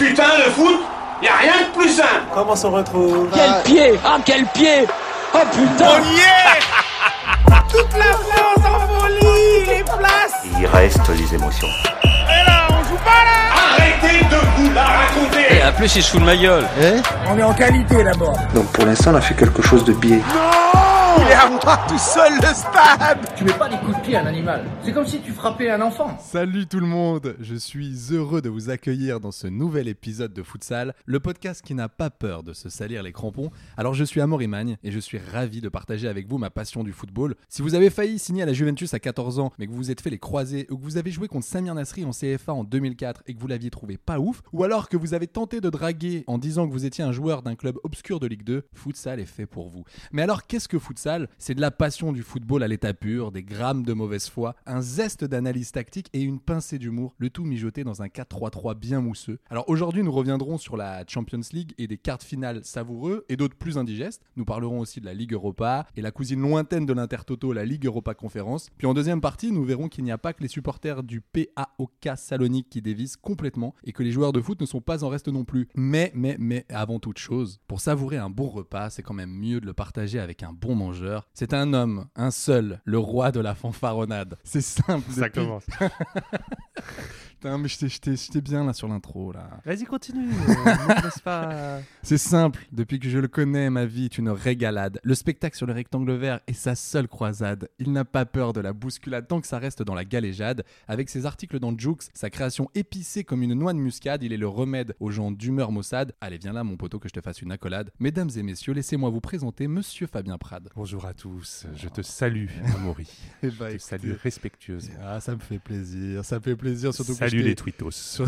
Putain, le foot, y a rien de plus simple. Comment s'en retrouve Quel pied Ah quel pied Oh putain toute la France en folie, les places. Il reste les émotions. Et là, on joue pas là. Arrêtez de vous la raconter. En plus il se fout de ma gueule Donc pour l'instant, on a fait quelque chose de biais. Salut tout le monde, je suis heureux de vous accueillir dans ce nouvel épisode de Futsal, le podcast qui n'a pas peur de se salir les crampons. Alors je suis Amaury Magne et je suis ravi de partager avec vous ma passion du football. Si vous avez failli signer à la Juventus à 14 ans, mais que vous vous êtes fait les croisés, ou que vous avez joué contre Samir Nasri en CFA en 2004 et que vous l'aviez trouvé pas ouf, ou alors que vous avez tenté de draguer en disant que vous étiez un joueur d'un club obscur de Ligue 2, Futsal est fait pour vous. Mais alors qu'est-ce que Futsal C'est de la passion du football à l'état pur, des grammes de mauvaise foi, un zeste d'analyse tactique et une pincée d'humour, le tout mijoté dans un 4-3-3 bien mousseux. Alors aujourd'hui, nous reviendrons sur la Champions League et des cartes finales savoureux et d'autres plus indigestes. Nous parlerons aussi de la Ligue Europa et la cousine lointaine de l'Intertoto, la Ligue Europa Conférence. Puis en deuxième partie, nous verrons qu'il n'y a pas que les supporters du PAOK Salonique qui dévissent complètement et que les joueurs de foot ne sont pas en reste non plus. Mais, mais, mais, avant toute chose, pour savourer un bon repas, c'est quand même mieux de le partager avec un bon mangeur. C'est un homme, un seul, le roi de la fanfaronnade. C'est simple. Ça depuis- commence. Putain, mais j'étais- j'étais j'étais bien là sur l'intro là. Vas-y, continue. euh, ne laisse pas. euh. C'est simple, depuis que je le connais, ma vie est une régalade. Le spectacle sur le rectangle vert est sa seule croisade. Il n'a pas peur de la bousculade tant que ça reste dans la galéjade. Avec ses articles dans Jukes, sa création épicée comme une noix de muscade, il est le remède aux gens d'humeur maussade. Allez, viens là, mon poteau, que je te fasse une accolade. Mesdames et messieurs, laissez-moi vous présenter Monsieur Fabien Prade. Bonjour à tous, je te salue, Amaury. Eh je ben, te salue écoutez. respectueusement. Ah, ça me fait plaisir, ça me fait plaisir, surtout que Salut je t'ai- les tweetos. je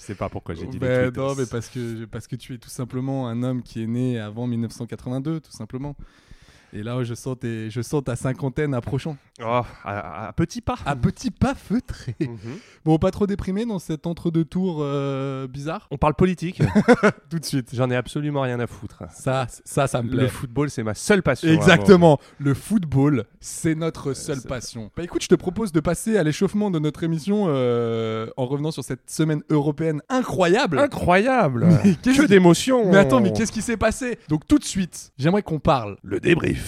sais pas pourquoi j'ai dit Ben les tweetos. non, mais parce que, parce que tu es tout simplement un homme qui est né avant 1982, tout simplement. Et là, je sens, tes- je sens ta cinquantaine approchant. Oh, à, à petits pas. À petit pas feutré. Mhm. Bon, pas trop déprimé dans cet entre-deux-tours euh, bizarre On parle politique, Tout de suite. j'en ai absolument rien à foutre. Ça, ça, ça me Le plaît. football, c'est ma seule passion. Exactement. Le football, c'est notre seule c'est- passion. Bah écoute, je te propose de passer à l'échauffement de notre émission euh, en revenant sur cette semaine européenne incroyable. Amaury. Incroyable. Mais qu'est-ce que qui- d'émotion. Mais attends, mais qu'est-ce qui s'est passé Donc tout de suite, j'aimerais qu'on parle. Le débrief.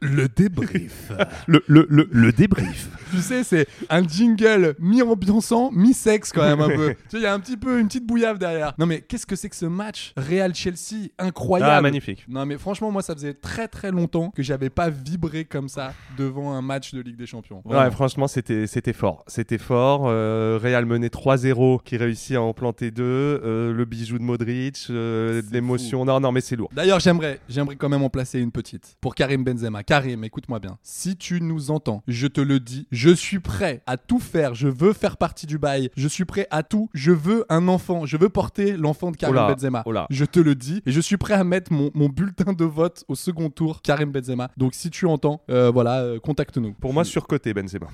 Le débrief. Le, le, le, le débrief. tu sais, c'est un jingle mi-ambiançant, mi-sexe quand même un peu. tu sais, il y a un petit peu une petite bouillave derrière. Non mais qu'est-ce que c'est que ce match Real Chelsea incroyable. Ah, magnifique. Non mais franchement moi ça faisait très très longtemps que j'avais pas vibré comme ça devant un match de Ligue des Champions. Vraiment. Ouais, franchement, c'était c'était fort. C'était fort. Euh, Real menait 3-0, qui réussit à en planter 2. le bijou de Modric, euh, de C'est l'émotion. Non, non, mais c'est lourd. D'ailleurs, j'aimerais, j'aimerais quand même en placer une petite pour Karim Benzema. Karim, écoute-moi bien. Si tu nous entends, je te le dis, je suis prêt à tout faire. Je veux faire partie du bail. Je suis prêt à tout. Je veux un enfant. Je veux porter l'enfant de Karim Oh là, Benzema. oh là. Je te le dis et je suis prêt à mettre mon, mon bulletin de vote au second tour Karim Benzema. Donc si tu entends, euh, voilà, euh, contacte-nous. Pour moi, surcoté Benzema.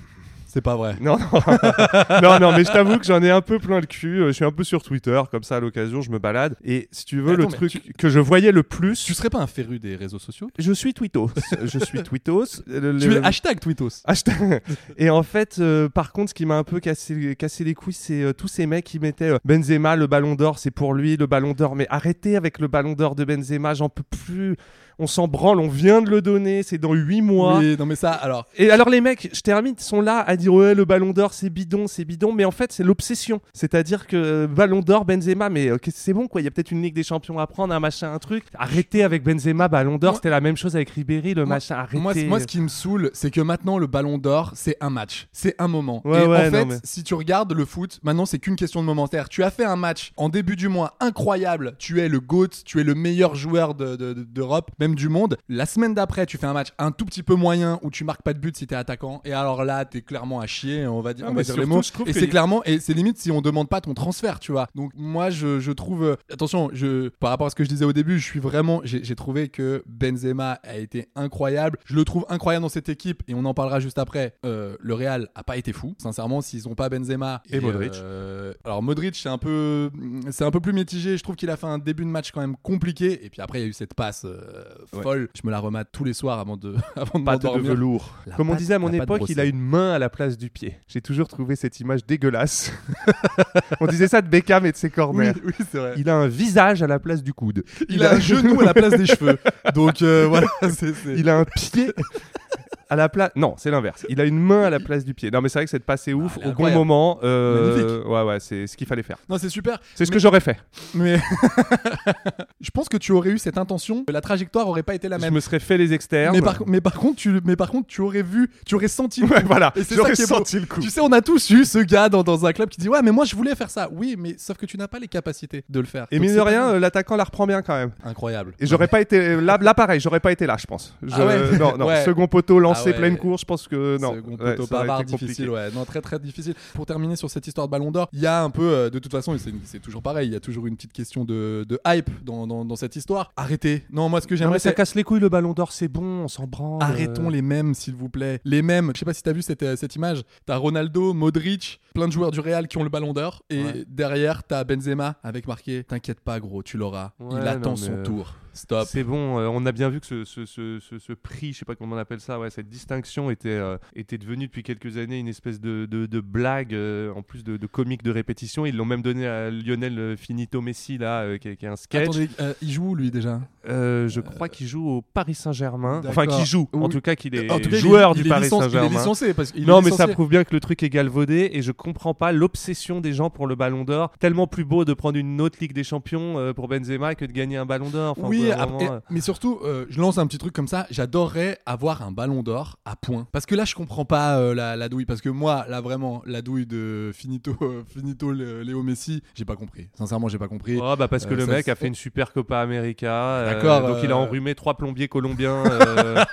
C'est pas vrai. Non, non. non, non, mais je t'avoue que j'en ai un peu plein le cul. Euh, Je suis un peu sur Twitter, comme ça, à l'occasion, je me balade. Et si tu veux, Attends, le mais truc que je voyais le plus. Tu serais pas un féru des réseaux sociaux Je suis Twitos. je suis Twitos. Le- le- Tu es hashtag Twitos. Hashtag. Et en fait, euh, par contre, ce qui m'a un peu cassé, cassé les couilles, c'est euh, tous ces mecs qui mettaient euh, Benzema, le ballon d'or, c'est pour lui, le ballon d'or. Mais arrêtez avec le ballon d'or de Benzema, j'en peux plus. On s'en branle, on vient de le donner, c'est dans 8 mois. Oui, non mais ça, alors, Et alors les mecs, je termine, sont là à dire ouais le Ballon d'Or c'est bidon, c'est bidon, mais en fait c'est l'obsession. C'est-à-dire que euh, Ballon d'Or, Benzema, mais euh, qu'est-ce- c'est bon quoi, il y a peut-être une Ligue des Champions à prendre, un machin, un truc. Arrêtez avec Benzema, Ballon d'Or, Moi- c'était la même chose avec Ribéry, le machin. Arrêtez. Moi, c- moi, ce qui me saoule, c'est que maintenant, le ballon d'or, c'est un match. C'est un moment. Ouais, et ouais, en non, fait, mais- si tu regardes le foot, maintenant, c'est qu'une question de momentaire. Tu as fait un match en début du mois incroyable. Tu es le GOAT, tu es le meilleur joueur de- de- de- d'Europe, même du monde. La semaine d'après, tu fais un match un tout petit peu moyen où tu marques pas de but si t'es attaquant. Et alors là, t'es clairement à chier. On va dire, Ah, on mais va dire les surtout, mots. je trouve Et que c'est y- clairement, et c'est limite si on demande pas ton transfert, tu vois. Donc moi, je, je trouve, euh, attention, je, par rapport à ce que je disais au début, je suis vraiment, j'ai j'ai trouvé que Benzema a été incroyable. Je le trouve incroyable dans cette équipe et on en parlera juste après. Euh, le Real a pas été fou, sincèrement. S'ils ont pas Benzema Et Modric. euh, alors Modric, c'est un peu, c'est un peu plus mitigé. Je trouve qu'il a fait un début de match quand même compliqué. Et puis après, il y a eu cette passe euh, folle. Je me la remate tous les soirs avant de, avant de Patte de m'endormir. velours. La Comme on patte- disait à mon la patte époque, il a brossée. une main à la place du pied. J'ai toujours trouvé cette image dégueulasse. on disait ça de Beckham et de ses corners. Oui, oui, c'est vrai. Il a un visage à la place du coude. Il, a un genou à la place des cheveux. Donc euh, voilà, c'est. c'est- Il a un pied à la place. Non, c'est l'inverse. Il a une main à la place du pied. Non, mais c'est vrai que cette passe est ouf elle est au bon Ah, incroyable. moment. euh, Magnifique. Ouais, ouais, c'est ce qu'il fallait faire. Non, c'est super. C'est ce que j'aurais fait. Mais je pense que tu aurais eu cette intention, la trajectoire aurait pas été la Je même. me serais fait les externes. Mais par, mais par contre, tu, mais par contre, tu aurais vu, tu aurais senti. le Ouais, coup. voilà, Et c'est ça j'aurais qui est beau. senti le coup. Tu sais, on a tous eu ce gars dans, dans un club qui dit ouais, mais moi je voulais faire ça. Oui, mais sauf que tu n'as pas les capacités de le faire. Et Donc, mine c'est de rien, pas- euh, l'attaquant la reprend bien quand même. incroyable. Et j'aurais pas été là, là pareil, j'aurais pas été là, je pense. Je- Ah ouais Non, non, Ouais. second poteau, lancé Ah ouais. pleine cour, je pense que Euh, non. Second Ouais, poteau ça aurait bavard, été compliqué. difficile, ouais. Non, très très difficile. Pour terminer sur cette histoire de Ballon d'Or, il y a un peu, euh, de toute façon, et c'est c'est toujours pareil, il y a toujours une petite question de, de hype dans, dans, dans cette histoire. Arrêtez. Non, moi ce que Non, mais j'aimerais, ça c'est casse les couilles, le ballon d'or, c'est bon, on s'en branle. Arrêtons Euh, les mêmes, s'il vous plaît. Les mêmes. Je sais pas si t'as vu cette, euh, cette image. T'as Ronaldo, Modric, plein de joueurs du Real qui ont le ballon d'or. Et derrière, t'as Benzema avec marqué T'inquiète pas, gros, tu l'auras. Ouais, Il attend non, son mais- euh, tour. Stop. C'est bon, euh, on a bien vu que ce, ce- ce- ce- ce prix, je sais pas comment on appelle ça, ouais, cette distinction était, euh, était devenue depuis quelques années une espèce de, de- de blague, euh, en plus de, de comique de répétition. Ils l'ont même donné à Lionel euh, Finito Messi, là, euh, qui, est- qui est un sketch. Attendez, euh, il joue lui déjà Euh, je crois qu'il joue au Paris Saint-Germain. D'accord. Enfin, qu'il joue, en Oui. tout cas, qu'il est En tout cas, il est- joueur il du est Paris licencié- Il est Saint-Germain. licencié parce qu'il est Non, mais ça licencié. prouve bien que le truc est galvaudé et je comprends pas l'obsession des gens pour le Ballon d'Or. Tellement plus beau de prendre une autre Ligue des Champions euh, pour Benzema que de gagner un Ballon d'Or. Enfin, au bout oui, d'un ap- moment, et- euh, mais surtout, euh, je lance un petit truc comme ça. J'adorerais avoir un ballon d'or à point. Parce que là, je comprends pas euh, la, la douille. Parce que moi, là, vraiment, la douille de Finito, euh, Finito Lé- Léo Messi, j'ai pas compris. Sincèrement, j'ai pas compris. oh, bah parce que euh, le ça, mec a c'est- fait une super Copa América. euh, D'accord, donc il euh, a enrhumé trois plombiers colombiens. euh,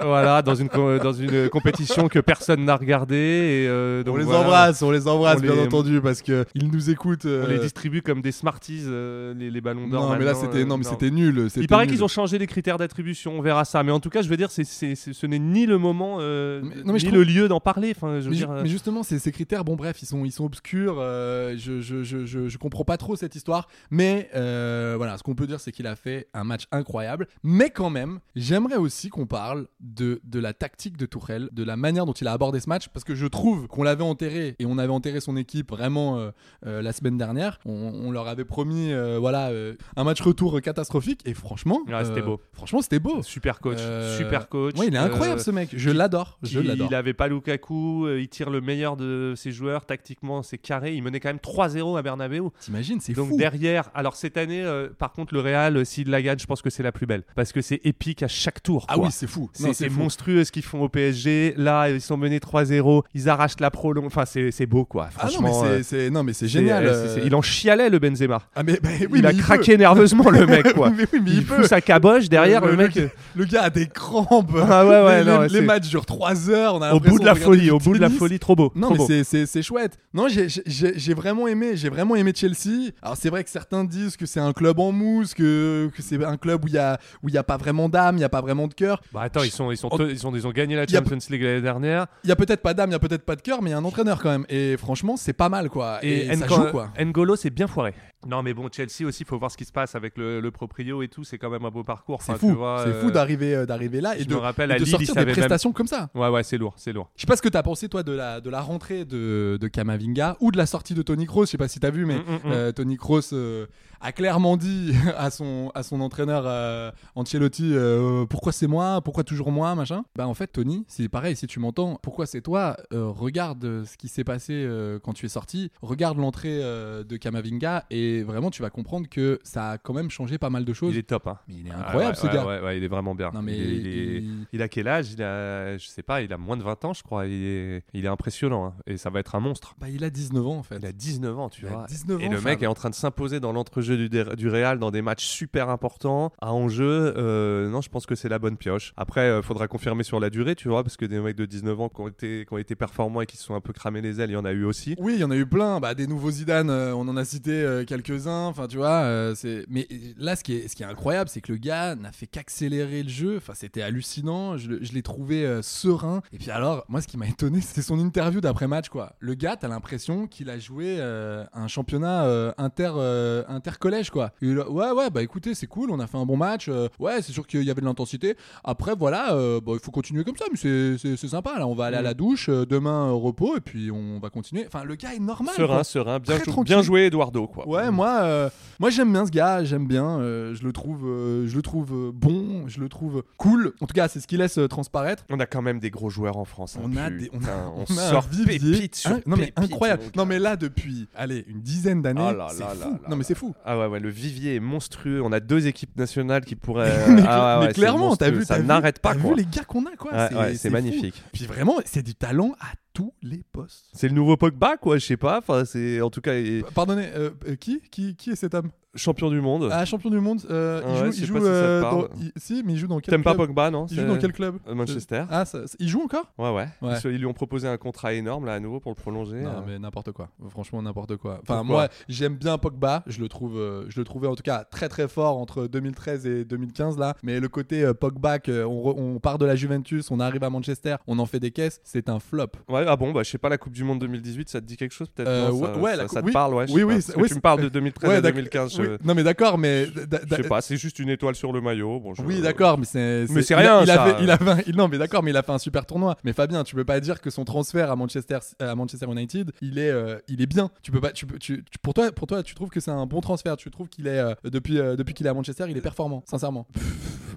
voilà, dans une, co- dans une compétition que personne n'a regardée. Et, euh, donc on les voilà. embrasse, on les embrasse, On bien les- entendu, parce que ils nous écoutent. euh, On les distribue comme des Smarties, euh, les, les ballons d'or. Non, mais là, maintenant, c'était euh, non, mais c'était nul. c'était Il paraît nul. qu'ils ont changé les critères d'attribution, on verra ça. Mais en tout cas, je veux dire, c'est, c'est- c'est- ce n'est ni le moment, euh, Mais- non, mais ni je le trouve- lieu d'en parler. Enfin, je veux Mais, ju- dire, euh, mais justement, ces, ces critères, bon bref, ils sont, ils sont obscurs. euh, je, je, je, je, je comprends pas trop cette histoire. Mais euh, voilà, ce qu'on peut dire, c'est qu'il a fait un match incroyable. Mais quand même, j'aimerais aussi qu'on parle de, de la tactique de Tourelle, de la manière dont il a abordé ce match, parce que je trouve qu'on l'avait enterré et on avait enterré son équipe vraiment euh, euh, la semaine dernière. On, on leur avait promis, euh, voilà, euh, un match retour catastrophique. Et franchement, euh, Ouais, c'était beau. Franchement, c'était beau. super coach, Euh, super coach. ouais, il est incroyable euh, ce mec. Je qui- l'adore. Je qui- l'adore. Il n'avait pas Lukaku, euh, il tire le meilleur de ses joueurs tactiquement, c'est carré. Il menait quand même 3-0 à Bernabeu. T'imagines, c'est Donc fou. derrière, alors cette année, euh, par contre, le Real, euh, s'il la gagne, je pense que c'est la plus belle. Parce que c'est épique à chaque tour. Ah quoi. oui, c'est fou. Non, C'est c'est fou. monstrueux ce qu'ils font au PSG. Là, ils sont menés 3-0. Ils arrachent la prolongue. Enfin, c'est c'est beau, quoi. Ah non, Franchement, mais c'est- euh, c'est non mais c'est c'est- génial. euh, c'est- euh. c'est- il en chialait, le Benzema. Ah, mais, bah, oui, il mais a peut. craqué nerveusement, le mec, quoi. Mais oui, mais il, il peut. fout sa caboche derrière, le mec. Le gars a des crampes. Ah ouais, ouais, les, non, les- c'est- les matchs durent 3 heures. On a Au l'impression bout de la regarder folie, du au bout de la tennis. folie, trop beau. Non trop mais beau. c'est- c'est c'est chouette. Non j'ai- j'ai- j'ai j'ai vraiment aimé, j'ai vraiment aimé Chelsea. Alors c'est vrai que certains disent que c'est un club en mousse, que, que c'est un club où il y a où il y a pas vraiment d'âme, il y a pas vraiment de cœur. Bah attends, ils, sont, ils, sont, En- ils, ont, ils ont gagné la Il y a- Champions League l'année dernière. Il y a peut-être pas d'âme, il y a peut-être pas de cœur, mais il y a un entraîneur quand même. Et franchement c'est pas mal quoi. Et, ça N'Golo- joue quoi. N'Golo, c'est bien foiré. Non, mais bon, Chelsea aussi, faut voir ce qui se passe avec le, le proprio et tout. C'est quand même un beau parcours. C'est Enfin, fou, tu vois, c'est euh, fou d'arriver euh, d'arriver là et je de, me rappelle, et à de Lille, ils sortir des savaient même- prestations comme ça. Ouais, ouais, c'est lourd, c'est lourd. Je sais pas ce que t'as pensé toi de la, de la rentrée de, de Kamavinga ou de la sortie de Tony Kroos. Je sais pas si t'as vu, mais Mm, mm, mm. euh, Tony Kroos euh, a clairement dit à son, à son entraîneur euh, Ancelotti euh, pourquoi c'est moi, pourquoi toujours moi, machin. Bah en fait Tony, c'est pareil si tu m'entends, pourquoi c'est toi Euh, Regarde euh, ce qui s'est passé euh, quand tu es sorti, regarde l'entrée euh, de Kamavinga et Et vraiment, tu vas comprendre que ça a quand même changé pas mal de choses. Il est top, hein. Mais il est Ah, incroyable, ouais, ce ouais, gars. ouais, ouais, il est vraiment bien. Non, mais il, est- il est- il- il a quel âge Il a, je sais pas, il a moins de 20 ans, je crois. Il est, il est impressionnant hein. et ça va être un monstre. Bah, il a 19 ans, en fait. Il a 19 ans, tu Il a vois. 19 et ans, le mec Fab. est en train de s'imposer dans l'entrejeu du, dé- du Real, dans des matchs super importants, à enjeu. Euh, non, je pense que c'est la bonne pioche. Après, euh, faudra confirmer sur la durée, tu vois, parce que des mecs de 19 ans qui ont été, qui ont été performants et qui se sont un peu cramés les ailes, il y en a eu aussi. Oui, il y en a eu plein. Bah, des nouveaux Zidane, euh, on en a cité euh, quelques-uns. Enfin, tu vois, euh, c'est. Mais euh, là, ce qui est, ce qui est incroyable, c'est que le gars n'a fait qu'accélérer le jeu. Enfin, c'était hallucinant. Je, le- je l'ai trouvé euh, serein. Et puis alors, moi, ce qui m'a étonné, c'était son interview d'après match, quoi. Le gars, t'as l'impression qu'il a joué euh, un championnat euh, inter euh, intercollège, quoi. Et il a- ouais, ouais, bah écoutez, c'est cool. On a fait un bon match. Euh, ouais, c'est sûr qu'il y avait de l'intensité. Après, voilà, euh, bah, il faut continuer comme ça. Mais c'est- c'est c'est sympa. Là, on va aller Mm. à la douche. euh, demain, euh, repos. Et puis, on va continuer. Enfin, le gars est normal. serein, quoi. serein, bien, Très jou- tranquille. bien joué, Eduardo, quoi. Ouais, moi, euh, moi j'aime bien ce gars, j'aime bien, euh, je le trouve, euh, je le trouve euh, bon, je le trouve cool. En tout cas, c'est ce qui laisse euh, transparaître. On a quand même des gros joueurs en France. hein, On a des, putain, on a, on on a un sort vivier. pépite sur Hein, non mais pépite, incroyable. mon gars. Non mais là depuis, allez, une dizaine d'années, Ah là c'est là fou. là là non mais là. c'est fou. Ah ouais, ouais, le vivier est monstrueux. On a deux équipes nationales qui pourraient. mais, Ah ouais, mais ouais, c'est clairement, t'as monstrueux. vu, Ça t'as vu- n'arrête pas, t'as quoi. vu les gars qu'on a quoi. Ouais, ouais, c'est fou. magnifique. Puis vraiment, c'est du talent à tous les postes. C'est le nouveau Pogba, quoi. Je sais pas. Enfin, c'est en tout cas il est Pardonnez, euh, euh, qui, qui, qui est cet homme champion du monde. Ah, champion du monde. euh, Ah ouais, je il joue, sais il joue pas si ça te euh, dans- parle. il- si, mais il joue dans quel T'aimes pas club Pogba, non Il C'est- joue dans quel club Euh, Manchester. Ah, ça- ça- il joue encore Ouais, ouais. Ouais. Ils lui ont proposé un contrat énorme là à nouveau pour le prolonger. Non, Euh, mais n'importe quoi. Franchement, n'importe quoi. Enfin, Pourquoi moi, j'aime bien Pogba. Je le trouve, euh, je le trouvais en tout cas très très fort entre 2013 et 2015 là. Mais le côté euh, Pogba, que on, re- on part de la Juventus, on arrive à Manchester, on en fait des caisses, c'est un flop. Ouais, ah bon, bah je sais pas, la Coupe du Monde 2018, ça te dit quelque chose peut-être Euh, non, ça, ouais, ouais, ça- la ça te cou- oui. parle, ouais. je Oui, sais oui, pas. c'est- Parce que oui, tu c'est- me parles de 2013 Ouais, à d'ac- 2015. oui. je- Non, mais d'accord, mais d'a- Je d'a- sais pas, c'est juste une étoile sur le maillot. Bon, je- Oui, d'accord, mais c'est. Mais c'est il a- rien, Il, ça. a fait- il a fait un- il- non, mais d'accord, mais il a fait un super tournoi. Mais Fabien, tu peux pas dire que son transfert à Manchester, à Manchester United, il est, euh, il est bien. Tu peux pas, tu, peux- tu, tu- pour toi, pour toi, tu trouves que c'est un bon transfert. Tu trouves qu'il est euh, depuis, euh, depuis qu'il est à Manchester, il est performant, sincèrement.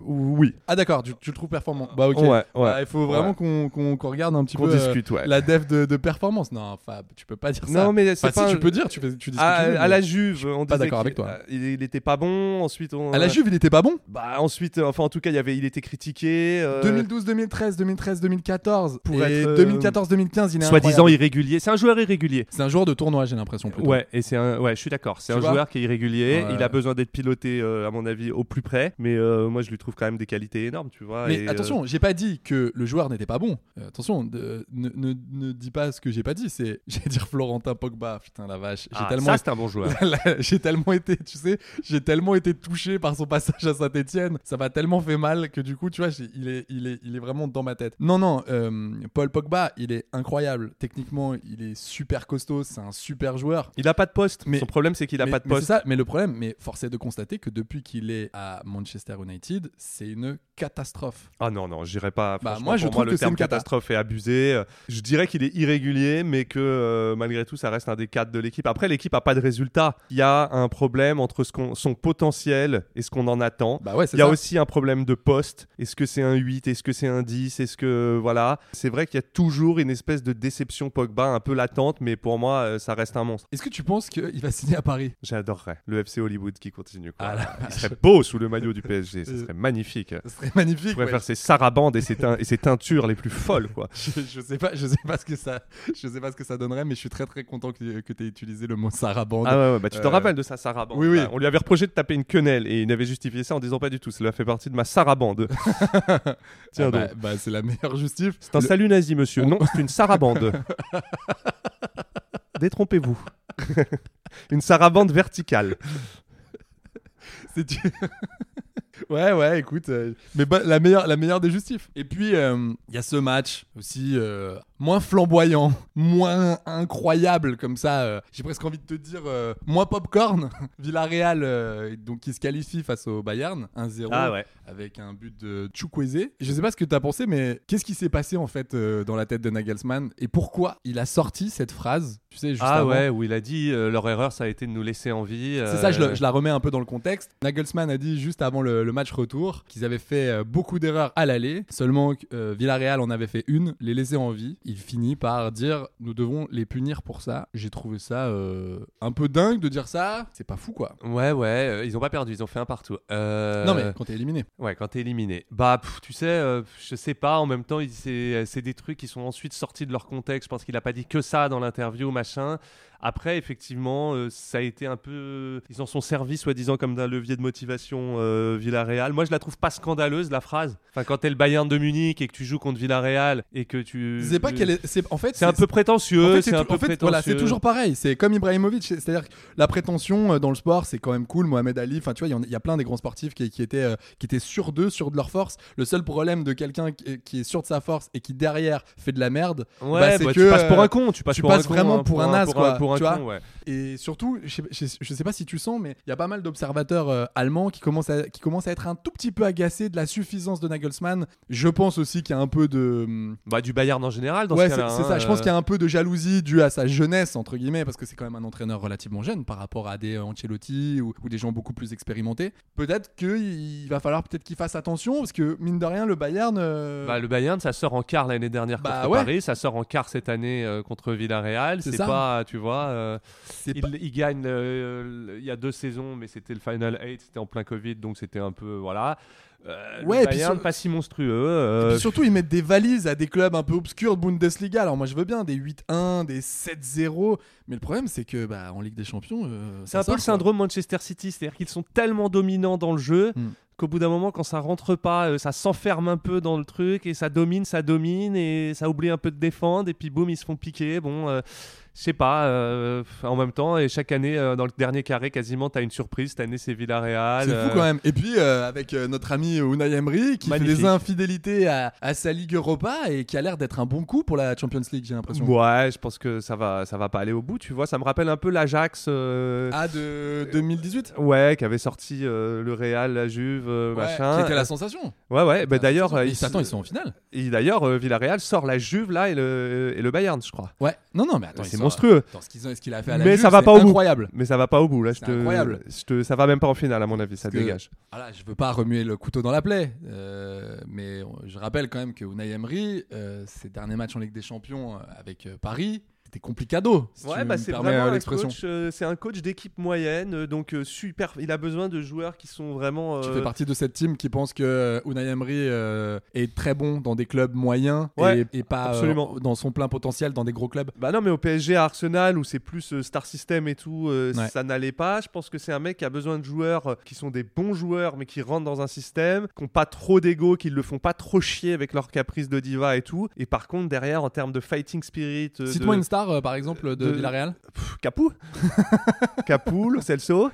Oui. Ah d'accord, tu, tu le trouves performant. Bah ok. Ouais, ouais. Bah, il faut vraiment Ouais. qu'on qu'on- qu'on regarde un petit Qu'on peu euh, discute, ouais. la def de, de performance. Non, Fab, tu peux pas dire ça. Non, mais c'est Enfin, pas si, un- tu peux dire, tu, fais- tu dis ce que à, tu veux, à mais- la Juve, on pas disait d'accord qu'il- avec toi. euh, Il, il était pas bon. Ensuite, on, à la Juve, il était pas bon. Bah ensuite, euh, enfin en tout cas, il y avait, il était critiqué. euh, 2012, 2013, 2013, 2014. Pour et être, euh, 2014, 2015, il est Soi-disant incroyable. irrégulier. C'est un joueur irrégulier. C'est un joueur de tournoi, j'ai l'impression. plutôt. Ouais, et c'est un, ouais, je suis d'accord. C'est Tu un vois joueur qui est irrégulier. Ouais. Il a besoin d'être piloté, euh, à mon avis, au plus près. Mais euh, moi, je lui trouve quand même des qualités énormes, tu vois. Mais et, euh, attention, j'ai pas dit que le joueur n'était pas bon. Euh, attention, de- ne, ne- ne dis pas ce que j'ai pas dit. C'est, j'allais dire Florentin Pogba. Putain la vache, j'ai ah, tellement, ça, c'est un bon joueur. Là, j'ai tellement été, tu sais, j'ai tellement été touché par son passage à Saint-Etienne, ça m'a tellement fait mal que du coup, tu vois, j'ai- il est, il est, il est vraiment dans ma tête. Non, non, euh, Paul Pogba, il est incroyable. Techniquement, il est super costaud, c'est un super joueur. Il a pas de poste. Mais- Son problème, c'est qu'il a mais, pas de mais c'est poste. ça, mais le problème, mais force est de constater que depuis qu'il est à Manchester United, c'est une catastrophe. Ah non, non, j'irai pas. Bah, franchement, moi, je pour trouve le que c'est terme une cata. catastrophe est abusé. Euh, Je dirais qu'il est irrégulier, mais que euh, malgré tout, ça reste un des cadres de l'équipe. Après, l'équipe a pas de résultats. Il y a un problème entre ce qu'on, son potentiel et ce qu'on en attend. Bah ouais, c'est Il y a ça. aussi un problème de poste. Est-ce que c'est un 8 Est-ce que c'est un 10 Est-ce que. Voilà. C'est vrai qu'il y a toujours une espèce de déception Pogba un peu latente, mais pour moi, euh, ça reste un monstre. Est-ce que tu penses qu'il va signer à Paris J'adorerais le FC Hollywood qui continue. quoi. Ah là, Il serait beau sous le maillot du PSG. Ce serait magnifique. Ce serait magnifique. Je pourrais ouais. faire ses sarabandes et ses, teint- et ses teintures les plus folles, quoi. Je, je sais pas, je sais pas ce que ça, je sais pas ce que ça donnerait, mais je suis très très content que, que tu aies utilisé le mot sarabande. Ah ouais, ouais, bah tu te Euh, rappelles de sa sarabande oui, oui. là. On lui avait reproché de taper une quenelle et il avait justifié ça en disant pas du tout, cela fait partie de ma sarabande. Tiens Ah bah, donc. bah, c'est la meilleure justif. C'est un salut nazi, monsieur. Non, c'est une sarabande. Détrompez-vous. une sarabande verticale. C'est du- ouais, ouais, écoute, euh, mais bah, la meilleure, la meilleure des justifs. Et puis euh, il y a ce match aussi euh, moins flamboyant, moins incroyable comme ça. euh, J'ai presque envie de te dire euh, moins popcorn. Villarreal euh, donc qui se qualifie face au Bayern 1-0 Ah, ouais. avec un but de Chukwueze. Je sais pas ce que t'as pensé, mais qu'est-ce qui s'est passé en fait euh, dans la tête de Nagelsmann et pourquoi il a sorti cette phrase Tu sais, juste Ah avant. ouais, où il a dit euh, leur erreur, ça a été de nous laisser en vie. C'est euh, ça, je, le- je la remets un peu dans le contexte. Nagelsmann a dit juste avant le, le match match retour, qu'ils avaient fait euh, beaucoup d'erreurs à l'aller. Seulement, euh, Villarreal en avait fait une, les laissait en vie. Il finit par dire Nous devons les punir pour ça. J'ai trouvé ça euh, un peu dingue de dire ça. C'est pas fou, quoi. Ouais, ouais, euh, ils ont pas perdu, ils ont fait un partout. Euh, Non, mais quand t'es éliminé. Ouais, quand t'es éliminé. Bah, pff, tu sais, euh, je sais pas, en même temps, il- c'est c'est des trucs qui sont ensuite sortis de leur contexte. Je pense qu'il a pas dit que ça dans l'interview, machin. Après, effectivement, euh, ça a été un peu. Ils en sont servis, soi-disant, comme d'un levier de motivation euh, Villarreal. Moi, je la trouve pas scandaleuse, la phrase. Enfin, quand t'es le Bayern de Munich et que tu joues contre Villarreal et que tu. C'est pas qu'elle est. c'est- En fait, euh, C'est un peu prétentieux. En fait, c'est un tou- peu en fait, prétentieux. voilà, c'est toujours pareil. C'est comme Ibrahimovic. c'est- C'est-à-dire que la prétention euh, dans le sport, c'est quand même cool. Mohamed Ali, enfin, tu vois, il y en- il y, a plein des grands sportifs qui, qui étaient, euh, qui étaient sûrs d'eux, sûrs de leur force. Le seul problème de quelqu'un qui, euh, qui est sûr de sa force et qui derrière fait de la merde, Ouais, bah, c'est bah, que tu passes euh, pour un con. Tu passes, tu pour un passes con, vraiment hein, pour un as, pour quoi, pour un tu vois. con, ouais. Et surtout, je sais, je sais- je sais pas si tu sens, mais il y a pas mal d'observateurs euh, allemands qui commencent, à, qui commencent à être un tout petit peu agacés de la suffisance de Nagelsmann. Je pense aussi qu'il y a un peu de. hum, Bah, du Bayern en général, dans ouais, ce cas-là. c'est- c'est hein, ça. Je pense euh, qu'il y a un peu de jalousie due à sa jeunesse, entre guillemets, parce que c'est quand même un entraîneur relativement jeune par rapport à des euh, Ancelotti ou, ou des gens beaucoup plus expérimentés. Peut-être qu'il va falloir peut-être qu'il fasse attention, parce que mine de rien, le Bayern. euh, Bah, le Bayern, ça sort en quart l'année dernière Bah contre ouais. Paris, ça sort en quart cette année euh, contre Villarreal. C'est C'est ça. pas, tu vois, euh, c'est il, pas- il gagne. euh, le- il y a deux saisons, mais c'était le Final 8, c'était en plein Covid, donc c'était un peu, voilà. Euh, Ouais, et le puis Bayern, sur- pas si monstrueux. Et euh, puis surtout, ils mettent des valises à des clubs un peu obscurs de Bundesliga. Alors moi, je veux bien des 8-1, des 7-0, mais le problème, c'est que bah, en Ligue des Champions, euh, c'est ça un peu sort, le quoi. syndrome Manchester City, c'est-à-dire qu'ils sont tellement dominants dans le jeu Hmm. qu'au bout d'un moment, quand ça rentre pas, euh, ça s'enferme un peu dans le truc et ça domine, ça domine et ça oublie un peu de défendre et puis boum, ils se font piquer. Bon, euh, je sais pas, euh, en même temps, et chaque année, euh, dans le dernier carré, quasiment, t'as une surprise. Cette année, c'est Villarreal. C'est euh, fou quand même. Et puis euh, avec euh, notre ami Unai Emery qui fait des Magnifique. infidélités à, à sa Ligue Europa et qui a l'air d'être un bon coup pour la Champions League, j'ai l'impression. Ouais, je pense que ça va, ça va pas aller au bout, tu vois. Ça me rappelle un peu l'Ajax. euh, Ah, de 2018 Ouais, qui avait sorti euh, le Real, la Juve, euh, machin. Qui était la sensation. Ouais, ouais. Bah, d'ailleurs, euh, ils s- s'attendent, ils sont en finale. Et d'ailleurs, euh, Villarreal sort la Juve là et le, et le Bayern, je crois. Ouais. Non, non, mais attends, C'est ils sont- monstrueux. Attends, ce qu'ils ont- ce qu'il a fait à la Mais Juve, ça va c'est pas au bout. incroyable. Mais ça va pas au bout là. Je C'est te, incroyable. je te- ça va même pas en finale à mon avis. Ça que- dégage. Voilà, Ah je veux pas remuer le couteau dans la plaie, euh, mais on- je rappelle quand même que Unai Emery, euh, ses derniers matchs en Ligue des Champions euh, avec euh, Paris, c'était complicado. Si tu bah, me permets euh, l'expression. coach. euh, c'est un coach d'équipe moyenne, euh, donc euh, super. Il a besoin de joueurs qui sont vraiment. Tu euh, fais partie de cette team qui pense que euh, Unai Emery euh, est très bon dans des clubs moyens et- Ouais, et, pas euh, absolument. dans son plein potentiel dans des gros clubs. Bah non, mais au PSG, à Arsenal, où c'est plus euh, star system et tout, euh, Ouais. ça n'allait pas. Je pense que c'est un mec qui a besoin de joueurs euh, qui sont des bons joueurs, mais qui rentrent dans un système, qui n'ont pas trop d'ego, qui ne le font pas trop chier avec leur caprice de diva et tout. Et par contre, derrière, en termes de fighting spirit, euh, Cite-moi de une star, euh, par exemple, de, de- Villarreal. Pff, Capou, Capoul, Celso.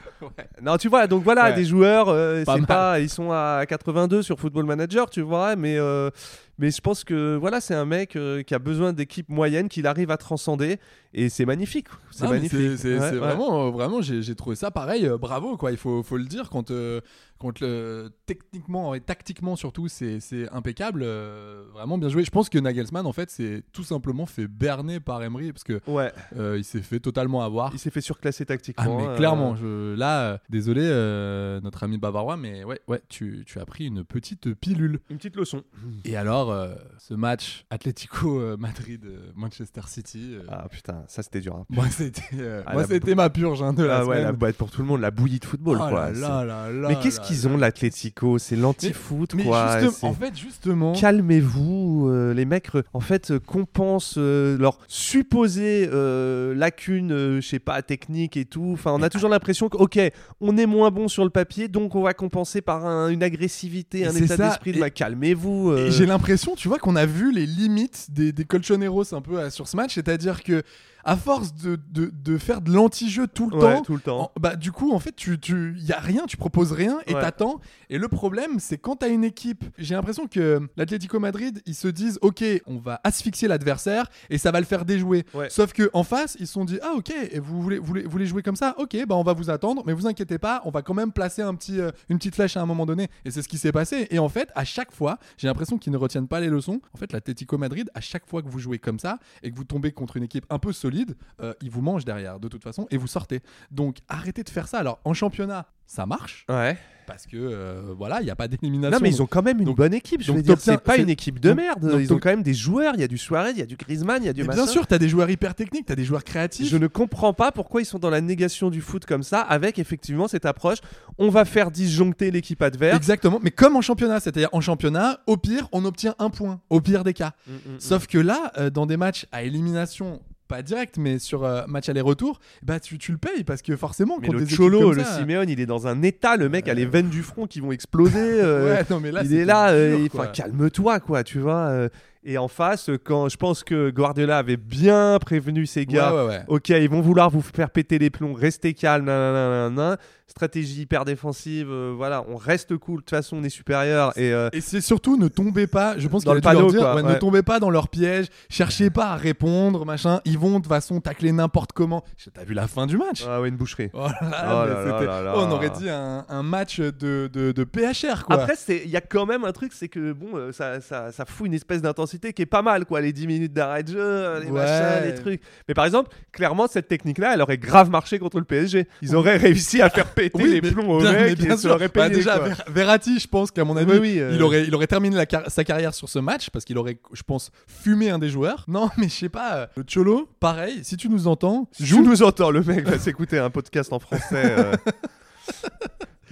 Non, tu vois, donc voilà, Ouais. des joueurs, euh, Pas c'est mal. pas, ils sont à 82 sur Football Manager, tu vois, mais euh, mais je pense que voilà, c'est un mec euh, qui a besoin d'équipes moyennes, qu'il arrive à transcender, et c'est magnifique, c'est Non, mais magnifique. C'est Ouais, c'est ouais. vraiment, euh, vraiment, j'ai j'ai trouvé ça pareil. euh, bravo, quoi. Il faut, faut le dire quand, euh, quand le techniquement et tactiquement surtout, c'est c'est impeccable. euh, vraiment bien joué. Je pense que Nagelsmann, en fait, s'est tout simplement fait berner par Emery parce que Ouais, euh, il s'est fait totalement avoir. il s'est fait surclasser Ah tactiquement. mais euh, clairement, je- là, euh, désolé, euh, notre ami bavarois, mais ouais, ouais, tu, tu as pris une petite pilule. une petite leçon. Et alors, euh, ce match Atlético euh, Madrid, euh, Manchester City, euh, Ah putain, ça c'était dur. hein. moi c'était, euh, Ah, moi la- c'était ma purge hein, de la Ah ouais, semaine. la boîte pour tout le monde, la bouillie de football, Oh quoi. là c'est- là là là mais qu'est-ce là qu'ils là. ont, l'Atlético C'est l'anti-foot, Mais quoi. justement- c'est- en fait, justement, Calmez-vous, euh, les mecs, euh, en fait, euh, compensent euh, leurs supposées euh, lacunes, euh, je sais pas, techniques et tout. Enfin, on a toujours l'impression que, ok, on est moins bon sur le papier, donc on va compenser par un- une agressivité, Et un c'est état ça, d'esprit de et- bah, calmez-vous. euh. Et J'ai l'impression, tu vois, qu'on a vu les limites des, des colchoneros un peu euh, sur ce match, c'est-à-dire que à force de, de, de faire de l'anti-jeu tout le Ouais, temps, tout le temps. en- bah du coup en fait tu tu y a rien, tu proposes rien et Ouais. t'attends. Et le problème c'est quand t'as une équipe, j'ai l'impression que l'Atlético Madrid ils se disent ok on va asphyxier l'adversaire et ça va le faire déjouer. Ouais. Sauf que en face ils se sont dit ah ok et vous voulez, vous voulez vous voulez jouer comme ça ok bah on va vous attendre mais vous inquiétez pas on va quand même placer un petit euh, une petite flèche à un moment donné et c'est ce qui s'est passé. Et en fait à chaque fois j'ai l'impression qu'ils ne retiennent pas les leçons. En fait l'Atlético Madrid à chaque fois que vous jouez comme ça et que vous tombez contre une équipe un peu solide euh, ils vous mangent derrière de toute façon et vous sortez. Donc arrêtez de faire ça. Alors en championnat, ça marche. Ouais. Parce que euh, voilà, il n'y a pas d'élimination. Non, mais ils ont quand même une Donc- bonne équipe. Je donc veux dire, t'obtiens- c'est pas c'est- une équipe de donc- merde. donc ils ont t'ob- quand même des joueurs. Il y a du Suarez, il y a du Griezmann, il y a du Mais machin. bien sûr, t'as des joueurs hyper techniques, t'as des joueurs créatifs. Je ne comprends pas pourquoi ils sont dans la négation du foot comme ça, avec effectivement cette approche. On va faire disjoncter l'équipe adverse. Exactement, mais comme en championnat, c'est-à-dire en championnat, au pire, on obtient un point, au pire des cas. Mm, Sauf que là, euh, dans des matchs à élimination, pas direct, mais sur euh, match aller-retour, bah tu, tu le payes parce que forcément, Mais contre le des équipes Cholo, comme le ça- Euh. Simeone, il est dans un état. Le mec a les veines du front qui vont exploser. euh, Ouais, non, mais là, il c'était est là. euh, dur, il- enfin, quoi. calme-toi, quoi, tu vois. euh, et en face, euh, quand je pense que Guardiola avait bien prévenu ses gars, Ouais, ouais, ouais. ok, ils vont vouloir vous faire péter les plombs, restez calme, nanana, nanana. stratégie hyper défensive, euh, voilà, on reste cool, de toute façon on est supérieur et euh, Et c'est surtout ne tombez pas, je pense Dans qu'il le a dû leur panneau, dire, quoi, ouais, ne ouais. tombez pas dans leur piège, cherchez pas à répondre, machin. Ils vont de toute façon tacler n'importe comment. Je- T'as vu la fin du match ah ouais, une boucherie. Oh là là, Oh mais là là c'était- là là. Oh, On aurait dit un, un match de, de, de PHR quoi. Après, c'est- il y a quand même un truc, c'est que bon, euh, ça, ça, ça fout une espèce d'intensité qui est pas mal, quoi. Les 10 minutes d'arrêt de jeu, euh, les Ouais. machins, les trucs. Mais par exemple, clairement, cette technique-là, elle aurait grave marché contre le PSG. Ils auraient réussi à faire péter les mais plombs au bien- mais mec bien et se sûr. l'auraient Bah, payé, déjà, quoi. Ver- Verratti, je pense qu'à mon avis, Oui, oui, euh. il, aurait, il aurait terminé la car- sa carrière sur ce match parce qu'il aurait, je pense, fumé un des joueurs. Non, mais je sais pas, euh, le Cholo, pareil, si tu nous entends, Je joue. nous entends, le mec va s'écouter un podcast en français. euh.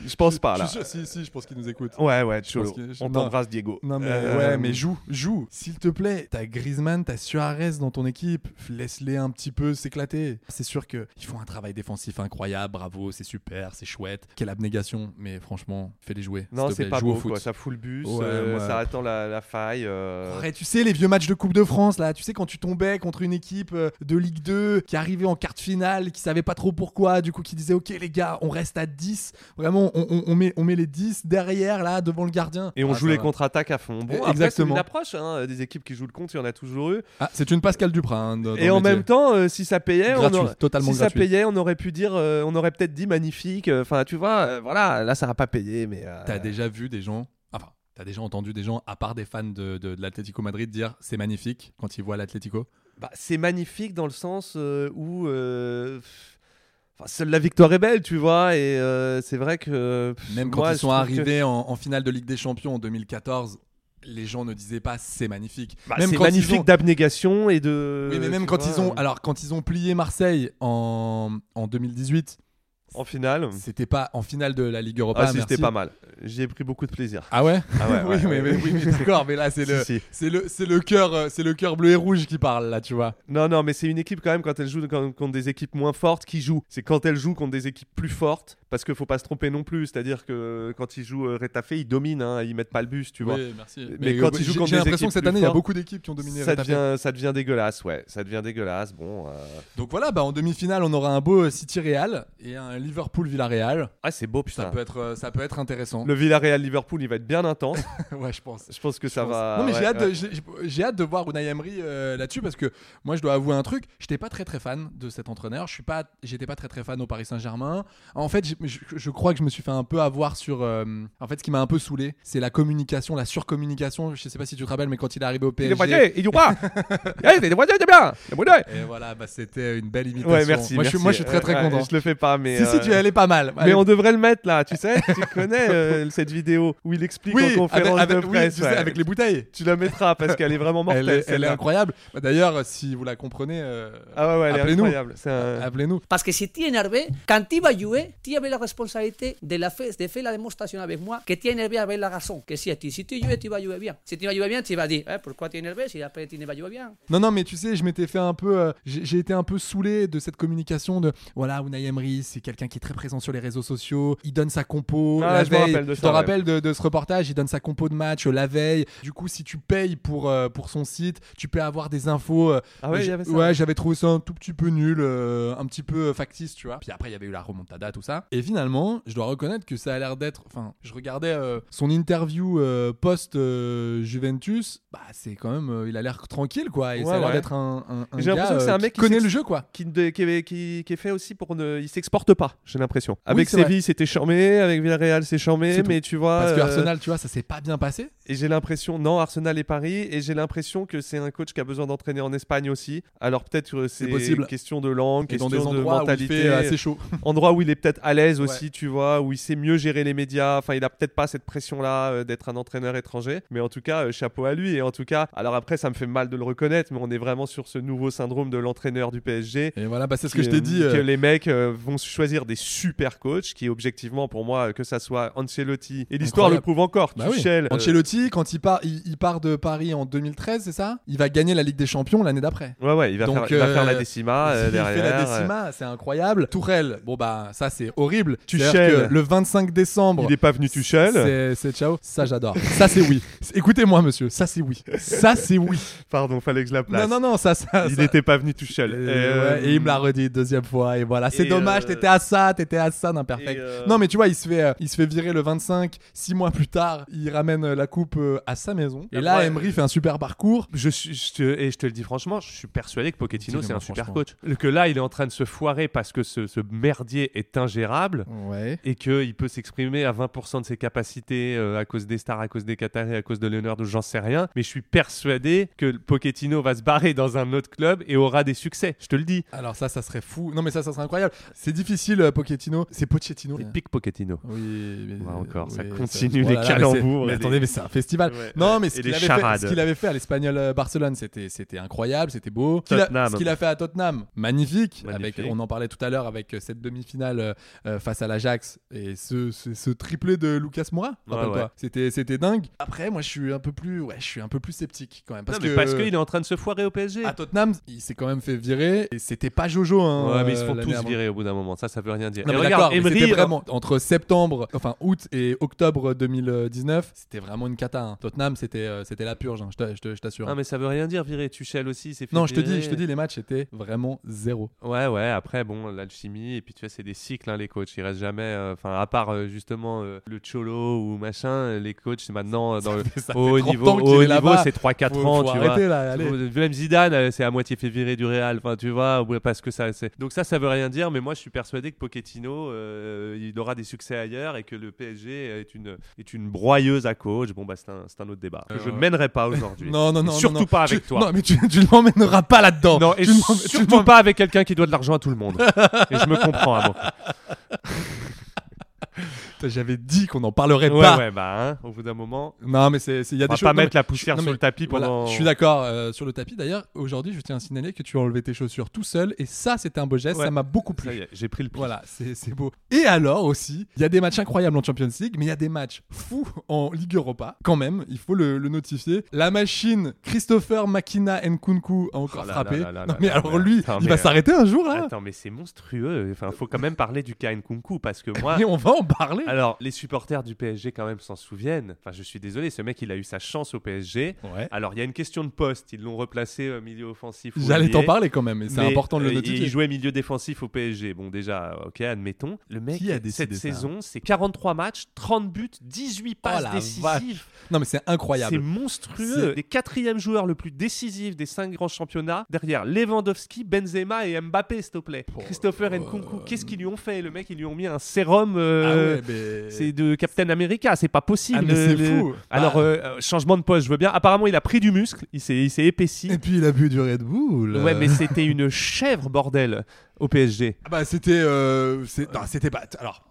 Je pense pas, Je là. suis sûr- si, si, je pense qu'il nous écoute. Ouais, ouais, pense Cholo. que- je- On non. t'embrasse, Diego. Non mais Euh, ouais mais joue joue s'il te plaît t'as Griezmann t'as Suarez dans ton équipe laisse-les un petit peu s'éclater c'est sûr que ils font un travail défensif incroyable bravo c'est super c'est chouette quelle abnégation mais franchement fais-les jouer Non, s'il te c'est plaît, pas joue au beau, foot quoi. Ça fout le bus, Ouais, euh, ouais. ça attend la, la faille. euh. Arrête, tu sais, les vieux matchs de Coupe de France, là, tu sais, quand tu tombais contre une équipe euh, de Ligue 2 qui arrivait en quart de finale, qui savait pas trop pourquoi, du coup, qui disait, ok, les gars, on reste à 10, vraiment, on, on- on met, on met les 10 derrière, là, devant le gardien. Et on Ah, joue ça les va. contre-attaques à fond. Eh, Bon, après, c'est exactement. une approche hein, des équipes qui jouent le compte, il y en a toujours eu. Ah, c'est une Pascal Duprat. hein, dans- dans Et en le métier. même temps, euh, si ça payait, Gratuit, on aurait, totalement si gratuit. ça payait, on aurait pu dire, euh, on aurait peut-être dit magnifique. Enfin, tu vois, euh, voilà, là ça va pas payer, mais euh, T'as déjà vu des gens, enfin, t'as déjà entendu des gens, à part des fans de, de, de l'Atlético Madrid, dire c'est magnifique quand ils voient l'Atlético bah, c'est magnifique dans le sens euh, où. euh, pff, Enfin, seule la victoire est belle, tu vois, et euh, c'est vrai que. pff, Même quand moi, ils je sont trouve que- arrivés en, en finale de Ligue des Champions en 2014, les gens ne disaient pas c'est magnifique. Bah, même c'est quand ils magnifique ont- d'abnégation et de. Oui, mais même tu quand vois, ils ont, euh, alors quand ils ont plié Marseille en, en 2018, En finale. c'était pas en finale de la Ligue Europa. Mm. Ah, si, c'était Ah, merci. pas mal. J'y ai pris beaucoup de plaisir. Ah ouais, Ah ouais, oui, ouais, mais, ouais. mais- oui, mais d'accord, mais là c'est Si, le, si. c'est le, c'est le cœur, euh, c'est le cœur bleu et rouge qui parle là, tu vois. Non, non, mais c'est une équipe quand même quand elle joue quand- contre des équipes moins fortes qui joue. C'est quand elle joue contre des équipes plus fortes, parce qu'il faut pas se tromper non plus. C'est-à-dire que quand ils jouent euh, Retafe, ils dominent, hein, ils mettent pas le bus, tu vois. Oui, merci. Mais quand euh, ils jouent j'ai- contre j'ai des l'impression équipes que cette plus année il y a fortes, beaucoup d'équipes qui ont dominé. Ça Retafe. devient, ça devient dégueulasse, ouais. Ça devient dégueulasse. Bon, euh, Donc voilà, bah, en demi-finale on aura un beau City Real et un Liverpool Villarreal. ah c'est beau Ça putain. peut être, euh, ça peut être intéressant. Le Villarreal Liverpool, il va être bien intense. ouais, je pense. Je pense que ça va. Non mais j'ai ouais, hâte, ouais. de- j'ai- j'ai hâte de voir Unai Emery euh, là-dessus parce que moi je dois avouer un truc, j'étais pas très très fan de cet entraîneur, je suis pas, j'étais pas très très fan au Paris Saint-Germain. En fait, j'ai- je, je crois que je me suis fait un peu avoir sur, euh, en fait, ce qui m'a un peu saoulé, c'est la communication, la surcommunication. Je sais pas si tu te rappelles, mais quand il est arrivé au Il PSG, est moitié, il est pas. Il est moitié, il est bien. Il est moitié. et voilà, bah, c'était une belle imitation. Ouais, merci. Moi, je, suis, moi, je merci. suis très très Ouais, ouais, content. Je le fais pas, mais. Si si, euh, tu allais pas mal. Mais Allez. on devrait le mettre là, tu sais, tu connais euh, cette vidéo où il explique oui, en conférence avec, avec- de oui, presse. tu sais, ouais. avec les bouteilles. Tu la mettras parce qu'elle est vraiment mortelle. Elle est, elle est celle-là. incroyable. Bah, D'ailleurs, si vous la comprenez, euh, Ah ouais, ouais, elle est appelez-nous. incroyable. C'est un- Appelez-nous. Parce que si tu es énervé, quand tu vas jouer, tu avais la responsabilité de, la fait, de faire la démonstration avec moi que tu es énervé avec la raison. Que si tu, si tu joues, tu vas jouer bien. Si tu vas jouer bien, tu vas dire eh, pourquoi tu es énervé si après tu ne vas jouer bien. Non, non, mais tu sais, je m'étais fait un peu. euh, j'ai j'ai été un peu saoulé de cette communication de. Voilà, Unai Emery, c'est quelqu'un qui est très présent sur les réseaux sociaux. Il donne sa compo. Ah, la je me veille. rappelle de Tu ça, te ouais. rappelles de, de ce reportage Il donne sa compo de match euh, la veille. Du coup, si tu payes pour, euh, pour son site, tu peux avoir des infos. euh, Ah ouais, je- il y avait ça. Ouais, j'avais trouvé ça un tout petit peu nul, euh, un petit peu euh, factice, tu vois. Puis après, il y avait eu la remontada, tout ça. Et finalement, je dois reconnaître que ça a l'air d'être. Enfin, je regardais euh, son interview euh, post-Juventus. bah, c'est quand même. euh, il a l'air tranquille, quoi. Et Ouais, ça a l'air ouais. d'être un. un- un J'ai l'impression gars, que c'est euh, un qui mec qui connaît s'ex- le jeu, quoi. qui, ne- qui est- qui- qui est fait aussi pour ne. Il s'exporte pas. contrat, j'ai l'impression. Avec c'est Séville, vrai. c'était charmé, avec Villarreal, c'est C'est charmé, tout. mais tu vois. Parce que euh, Arsenal, tu vois, ça s'est pas bien passé. et j'ai l'impression, non, Arsenal et Paris, et j'ai l'impression que c'est un coach qui a besoin d'entraîner en Espagne aussi. Alors peut-être que c'est possible. question de langue, Et dans question des de endroits où il mentalité. euh, fait assez chaud. endroit où il est peut-être à l'aise aussi, Ouais. tu vois, où il sait mieux gérer les médias. Enfin, il a peut-être pas cette pression-là euh, d'être un entraîneur étranger. Mais en tout cas, euh, chapeau à lui. Et en tout cas, alors après, ça me fait mal de le reconnaître, mais on est vraiment sur ce nouveau syndrome de l'entraîneur du PSG. Et voilà, bah, c'est ce qui, que je t'ai euh, dit, euh, Que les mecs euh, vont choisir des super coachs qui, objectivement, pour moi, euh, que ça soit Ancelotti. Et l'histoire le Incroyable. prouve encore. Bah oui. Tuchel, euh, Ancelotti, quand il part, il, il part de Paris en 2013, c'est ça Il va gagner la Ligue des Champions l'année d'après. Ouais, ouais, il va, Donc, faire, il va euh, faire la décima euh, il derrière. fait la euh, décima, c'est incroyable. Tourelle, bon bah ça c'est horrible. Tuchel. C'est-à-dire que le 25 décembre, Il est pas venu Tuchel. C'est, c'est ciao. Ça j'adore. ça c'est oui. Écoutez-moi monsieur, ça c'est oui. Ça c'est oui. Pardon, fallait que je la place. Non non non, ça ça. il ça- n'était pas venu Tuchel. Et, Euh, ouais, et il me l'a redit deuxième fois et voilà c'est et, dommage euh, t'étais à ça t'étais à ça d'imperfect et, euh, non mais tu vois il se fait euh, il se fait virer le 25 six mois plus tard il ramène euh, la coupe euh, à sa maison et là Ouais. Emery fait un super parcours Je suis, je te, et je te le dis franchement, je suis persuadé que Pochettino, c'est Dis-le-moi un super franchement. coach. Que là, il est en train de se foirer parce que ce, ce merdier est ingérable ouais et qu'il peut s'exprimer à 20% de ses capacités euh, à cause des stars, à cause des Qataris, à cause de Leonardo, j'en sais rien. Mais je suis persuadé que Pochettino va se barrer dans un autre club et aura des succès. Je te le dis. alors ça ça serait fou non mais ça ça serait incroyable c'est difficile euh, Pochettino c'est Pochettino Et pique Pochettino. oui, mais- euh, Ouais, encore, ça oui, continue Oh là les là, mais c'est- calembours. mais et les- attendez, mais c'est un festival. Ouais. non, mais ce Et qu'il les avait, fait- charades. ce qu'il avait fait à l'Espagnol euh, Barcelone, c'était c'était incroyable, c'était beau. Ce qu'il a- Tottenham. Ce qu'il a fait à Tottenham, magnifique. Magnifique. Avec, on en parlait tout à l'heure avec euh, cette demi-finale euh, euh, face à l'Ajax et ce, ce, ce triplé de Lucas Moura. Ouais, rappelle-toi. ouais. C'était c'était dingue. Après, moi, je suis un peu plus, ouais, je suis un peu plus sceptique quand même parce Non, mais que parce qu'il est en train de se foirer au PSG. à Tottenham, il s'est quand même fait virer et c'était pas Jojo. Hein, Ouais, mais ils se euh, font l'année tous avant. virer au bout d'un moment. Ça, ça veut rien dire. Non, Et mais regarde, d'accord, mais Emery, hein. c'était vraiment entre septembre, enfin août et octobre 2019, c'était vraiment une cata. hein. Tottenham, c'était euh, c'était la purge, hein, je t'a- je te- je t'assure. Non, Ah, mais ça veut rien dire, virer Tuchel aussi, c'est Non, je te dis, je te dis, les matchs étaient vraiment zéro. Ouais, ouais, après, bon, l'alchimie, et puis tu vois, c'est des cycles, hein, les coachs. Ils restent jamais, euh, enfin, à part euh, justement euh, le Cholo ou machin, euh, les coachs, c'est maintenant, euh, dans le ça fait au haut 30 niveau, ans qu'il au haut est niveau là-bas. c'est 3-4 Faut- ans, faut tu arrêter, vois. là, allez. Même Zidane, euh, c'est à moitié fait virer du Real, enfin, tu vois, ouais, parce que ça, c'est. Donc ça, ça veut rien dire, mais moi, je suis persuadé que Pochettino, euh, il aura des succès ailleurs et que le PSG est une, est une broyeuse à coach. Bon, bah, c'est un, c'est un autre débat. que je Euh, mènerai pas aujourd'hui. Non, non, Et non. non, Surtout non. pas Tu- avec toi. Non, mais tu, tu ne l'emmèneras pas là-dedans. Non, et Tu ne l'emmènes- tu ne surtout pas avec quelqu'un qui doit de l'argent à tout le monde. et je me comprends à moi. l'emmènes- J'avais dit qu'on n'en parlerait Ouais, pas. ouais, bah, hein, au bout d'un moment, Non, mais c'est, c'est- il y a on des va choses. pas non, mettre la mais- poussière non, sur mais le tapis voilà, pendant. Je suis d'accord euh, sur le tapis. D'ailleurs, aujourd'hui, je tiens à signaler que tu as enlevé tes chaussures tout seul, et ça, c'était un beau geste. Ouais. Ça m'a beaucoup plu. Ça y est, j'ai pris le pli. Voilà, c'est c'est beau. Et alors aussi, il y a des matchs incroyables en Champions League, mais il y a des matchs fous en Ligue Europa. Quand même, il faut le, le notifier. La machine Christopher Makina Nkunku a encore Oh là frappé. là là là non là mais là alors là. lui, Attends, il mais, va euh, s'arrêter un jour là. Attends, mais c'est monstrueux. Enfin, faut quand même parler du cas Nkunku parce que moi. Et on va en parler. Alors, les supporters du PSG quand même s'en souviennent. Enfin, je suis désolé, ce mec, il a eu sa chance au PSG. Ouais. Alors, il y a une question de poste. Ils l'ont replacé euh, milieu offensif. ou J'allais t'en ailier. parler quand même, et c'est Mais, important de euh, le Il notifier. jouait milieu défensif au PSG. Bon, déjà, euh, ok, admettons. Le mec, Qui a décidé cette ça Oh saison, c'est 43 matchs, 30 buts, 18 passes la décisives. Non mais c'est C'est incroyable. monstrueux. C'est- Les quatrième joueurs le plus décisif des cinq grands championnats, derrière Lewandowski, Benzema et Mbappé, s'il te plaît. Christopher Nkunku, qu'est-ce qu'ils lui ont fait Le mec, ils lui ont mis un sérum. euh, euh, Ah ouais, mais- C'est de Captain America, c'est pas possible. Ah, mais c'est fou. Alors, Bah. euh, euh, changement de poste, je veux bien. Apparemment, il a pris du muscle, il s'est il s'est épaissi. Et puis il a bu du Red Bull. Ouais, mais c'était une chèvre, bordel, au PSG. Ah Bah c'était, euh, c'est- non, c'était pas. Alors,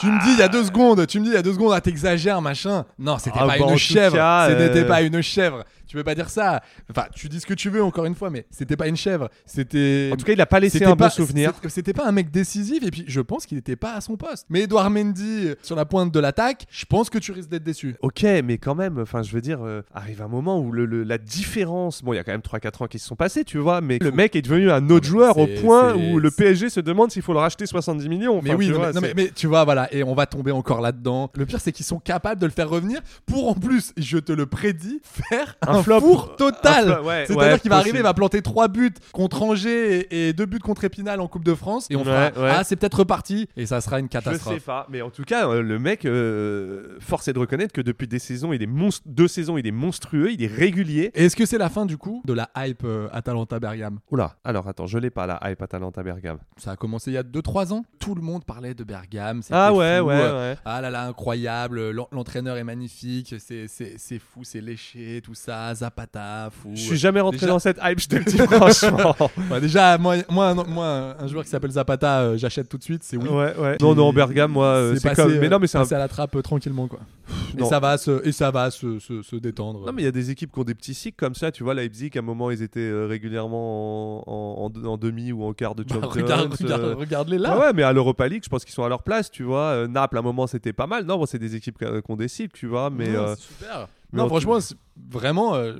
tu me dis il y a deux secondes, tu me dis il y a deux secondes, ah t'exagères machin. Non, c'était Ah pas bah, en une tout chèvre. cas, Ce euh, n'était pas une chèvre. Tu peux pas dire ça. Enfin, tu dis ce que tu veux encore une fois, mais c'était pas une chèvre. C'était. En tout cas, il a pas laissé c'était un pas- bon souvenir. c'est- C'était pas un mec décisif et puis je pense qu'il était pas à son poste. Mais Edouard Mendy euh, sur la pointe de l'attaque, je pense que tu risques d'être déçu. Ok, mais quand même, enfin, je veux dire, euh, arrive un moment où le, le- la différence. Bon, il y a quand même 3-4 ans qui se sont passés, tu vois, mais le mec est devenu un autre joueur au C'est- point c'est- où le c'est- PSG se demande s'il faut le racheter 70 millions. Mais Enfin, oui, tu non, vois, mais, non, c'est- mais- mais tu vois, voilà, et on va tomber encore là-dedans. Le pire, c'est qu'ils sont capables de le faire revenir pour en plus, je te le prédis, faire un, Un un flop. four total. Un flop, ouais, C'est-à-dire ouais, qu'il va possible. arriver, bah, il va planter trois buts contre Angers et, et deux buts contre Épinal en Coupe de France et on Ouais, fera ouais. ah c'est peut-être reparti et ça sera une catastrophe. Je sais pas, mais en tout cas, euh, le mec, euh, force est de reconnaître que depuis des saisons, il est monst- deux saisons, il est monstrueux, il est régulier. Et Est-ce que c'est la fin du coup de la hype euh, Atalanta Bergame Oula, alors attends, je l'ai pas la hype Atalanta Bergame. Ça a commencé il y a 2-3 ans. Tout le monde parlait de Bergame. c'était Ah ouais, fou, ouais, euh, ouais. Ah là là, incroyable. l'en- L'entraîneur est magnifique. c'est- C'est c'est fou, c'est léché, tout ça. Zapata, fou. Je suis jamais rentré euh, Déjà- dans cette hype, je te le dis franchement. Bah, déjà, moi, moi, un, moi, un- un joueur qui s'appelle Zapata, euh, j'achète tout de suite. C'est oui. Ouais, ouais. Qui- Non, non, Bergame, moi, euh, c'est passé, comme- mais euh, non, mais c'est un- passé à la trappe euh, tranquillement, quoi. et, non. ça va se, et ça va se, se- se détendre. Non, mais il y a des équipes qui ont des petits cycles comme ça. Tu vois, Leipzig, à un moment, ils étaient euh, régulièrement en, en- en- en demi ou en quart de Champions. regarde- regarde- euh. regarde-les là. Ah ouais, mais à l'Europa League, je pense qu'ils sont à leur place. Tu vois, Euh, Naples, à un moment, c'était pas mal. Non, bon, c'est des équipes qui ont des cycles, tu vois. Mais Ouais, euh, c'est super. mais non, en tout- franchement, c'est vraiment euh,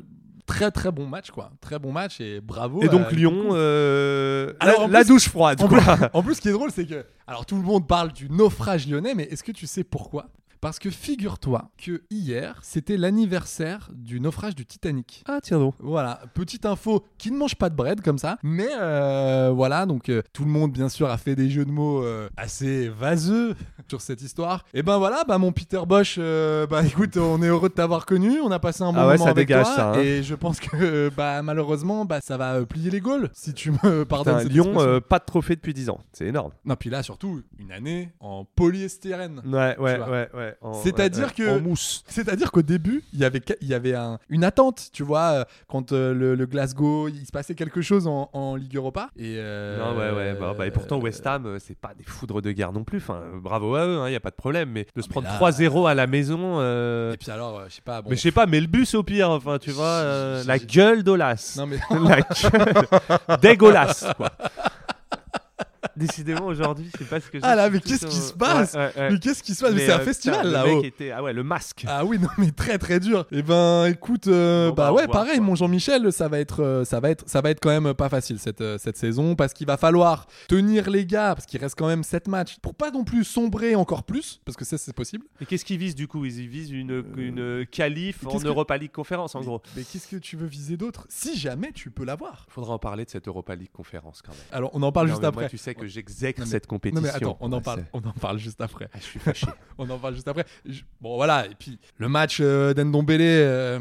très très bon match, quoi. Très bon match et bravo. Et donc à- Lyon, euh, Alors, la, en la plus- douche froide. En quoi. plus, en plus, ce qui est drôle, c'est que alors tout le monde parle du naufrage lyonnais, mais est-ce que tu sais pourquoi Parce que figure-toi que hier, c'était l'anniversaire du naufrage du Titanic. Ah tiens donc. Voilà, petite info qui ne mange pas de bread comme ça, mais euh, voilà, donc euh, tout le monde bien sûr a fait des jeux de mots euh, assez vaseux sur cette histoire. Et ben voilà, bah mon Peter Bosch, euh, bah écoute, on est heureux de t'avoir connu, on a passé un bon Ah ouais, moment ça avec dégage, toi, ça, hein. et je pense que euh, bah malheureusement, bah ça va euh, plier les Gaules, si tu me pardonnes. Putain, cette Lyon, expression. euh, pas de trophée depuis 10 ans. C'est énorme. Non, puis là, surtout, une année en polyestyrène. Ouais, ouais, Tu vois. ouais, ouais. En- C'est-à-dire ouais, que. ouais. En mousse. C'est-à-dire qu'au début, il y avait, il y avait un- une attente, tu vois, euh, quand euh, le, le Glasgow, il se passait quelque chose en, en Ligue Europa. Et, euh, Non, ouais, ouais. Bah, bah, et pourtant, West Ham, euh, c'est pas des foudres de guerre non plus. Enfin, euh, bravo à eux, il n'y a pas de problème. Mais de se prendre Ah, là, 3-0 à la maison. euh, Et puis alors, euh, je sais pas. bon, Mais je sais pas, mais le bus au pire, enfin, tu vois, euh, si, la si. gueule d'Olas. Non, mais- La gueule dégueulasse, quoi. Décidément, aujourd'hui, je sais pas ce que j'ai. Ah là, je mais suis qu'est-ce plutôt- qui se passe Ouais, ouais, ouais. Mais qu'est-ce qui se passe Mais, c'est euh, un putain, festival oh. le là-haut. mec était- Ah ouais, le masque. Ah oui, non, mais très très dur. Et ben, écoute, euh, Bon, bah, bah, au ouais, revoir, pareil, quoi. mon Jean-Michel, ça va être, euh, ça va être, ça va être quand même pas facile cette euh, cette saison parce qu'il va falloir tenir les gars parce qu'il reste quand même 7 matchs pour pas non plus sombrer encore plus parce que ça c'est possible. Et qu'est-ce qu'ils visent du coup Ils y visent une, une qualif en Euh, qu'est-ce que- Europa League conférence en Mais- gros. Mais qu'est-ce que tu veux viser d'autre si jamais tu peux l'avoir Il faudra en parler de cette Europa League conférence quand même. Alors, on en parle Non, juste mais après. Moi, tu sais que j'exècre Non, mais- cette compétition. Non mais attends, on en Ouais, parle, c'est- on en parle juste après. Ah, je suis fâché. on en parle juste après. Je- Bon voilà, et puis le match euh, d'Endombélé, euh,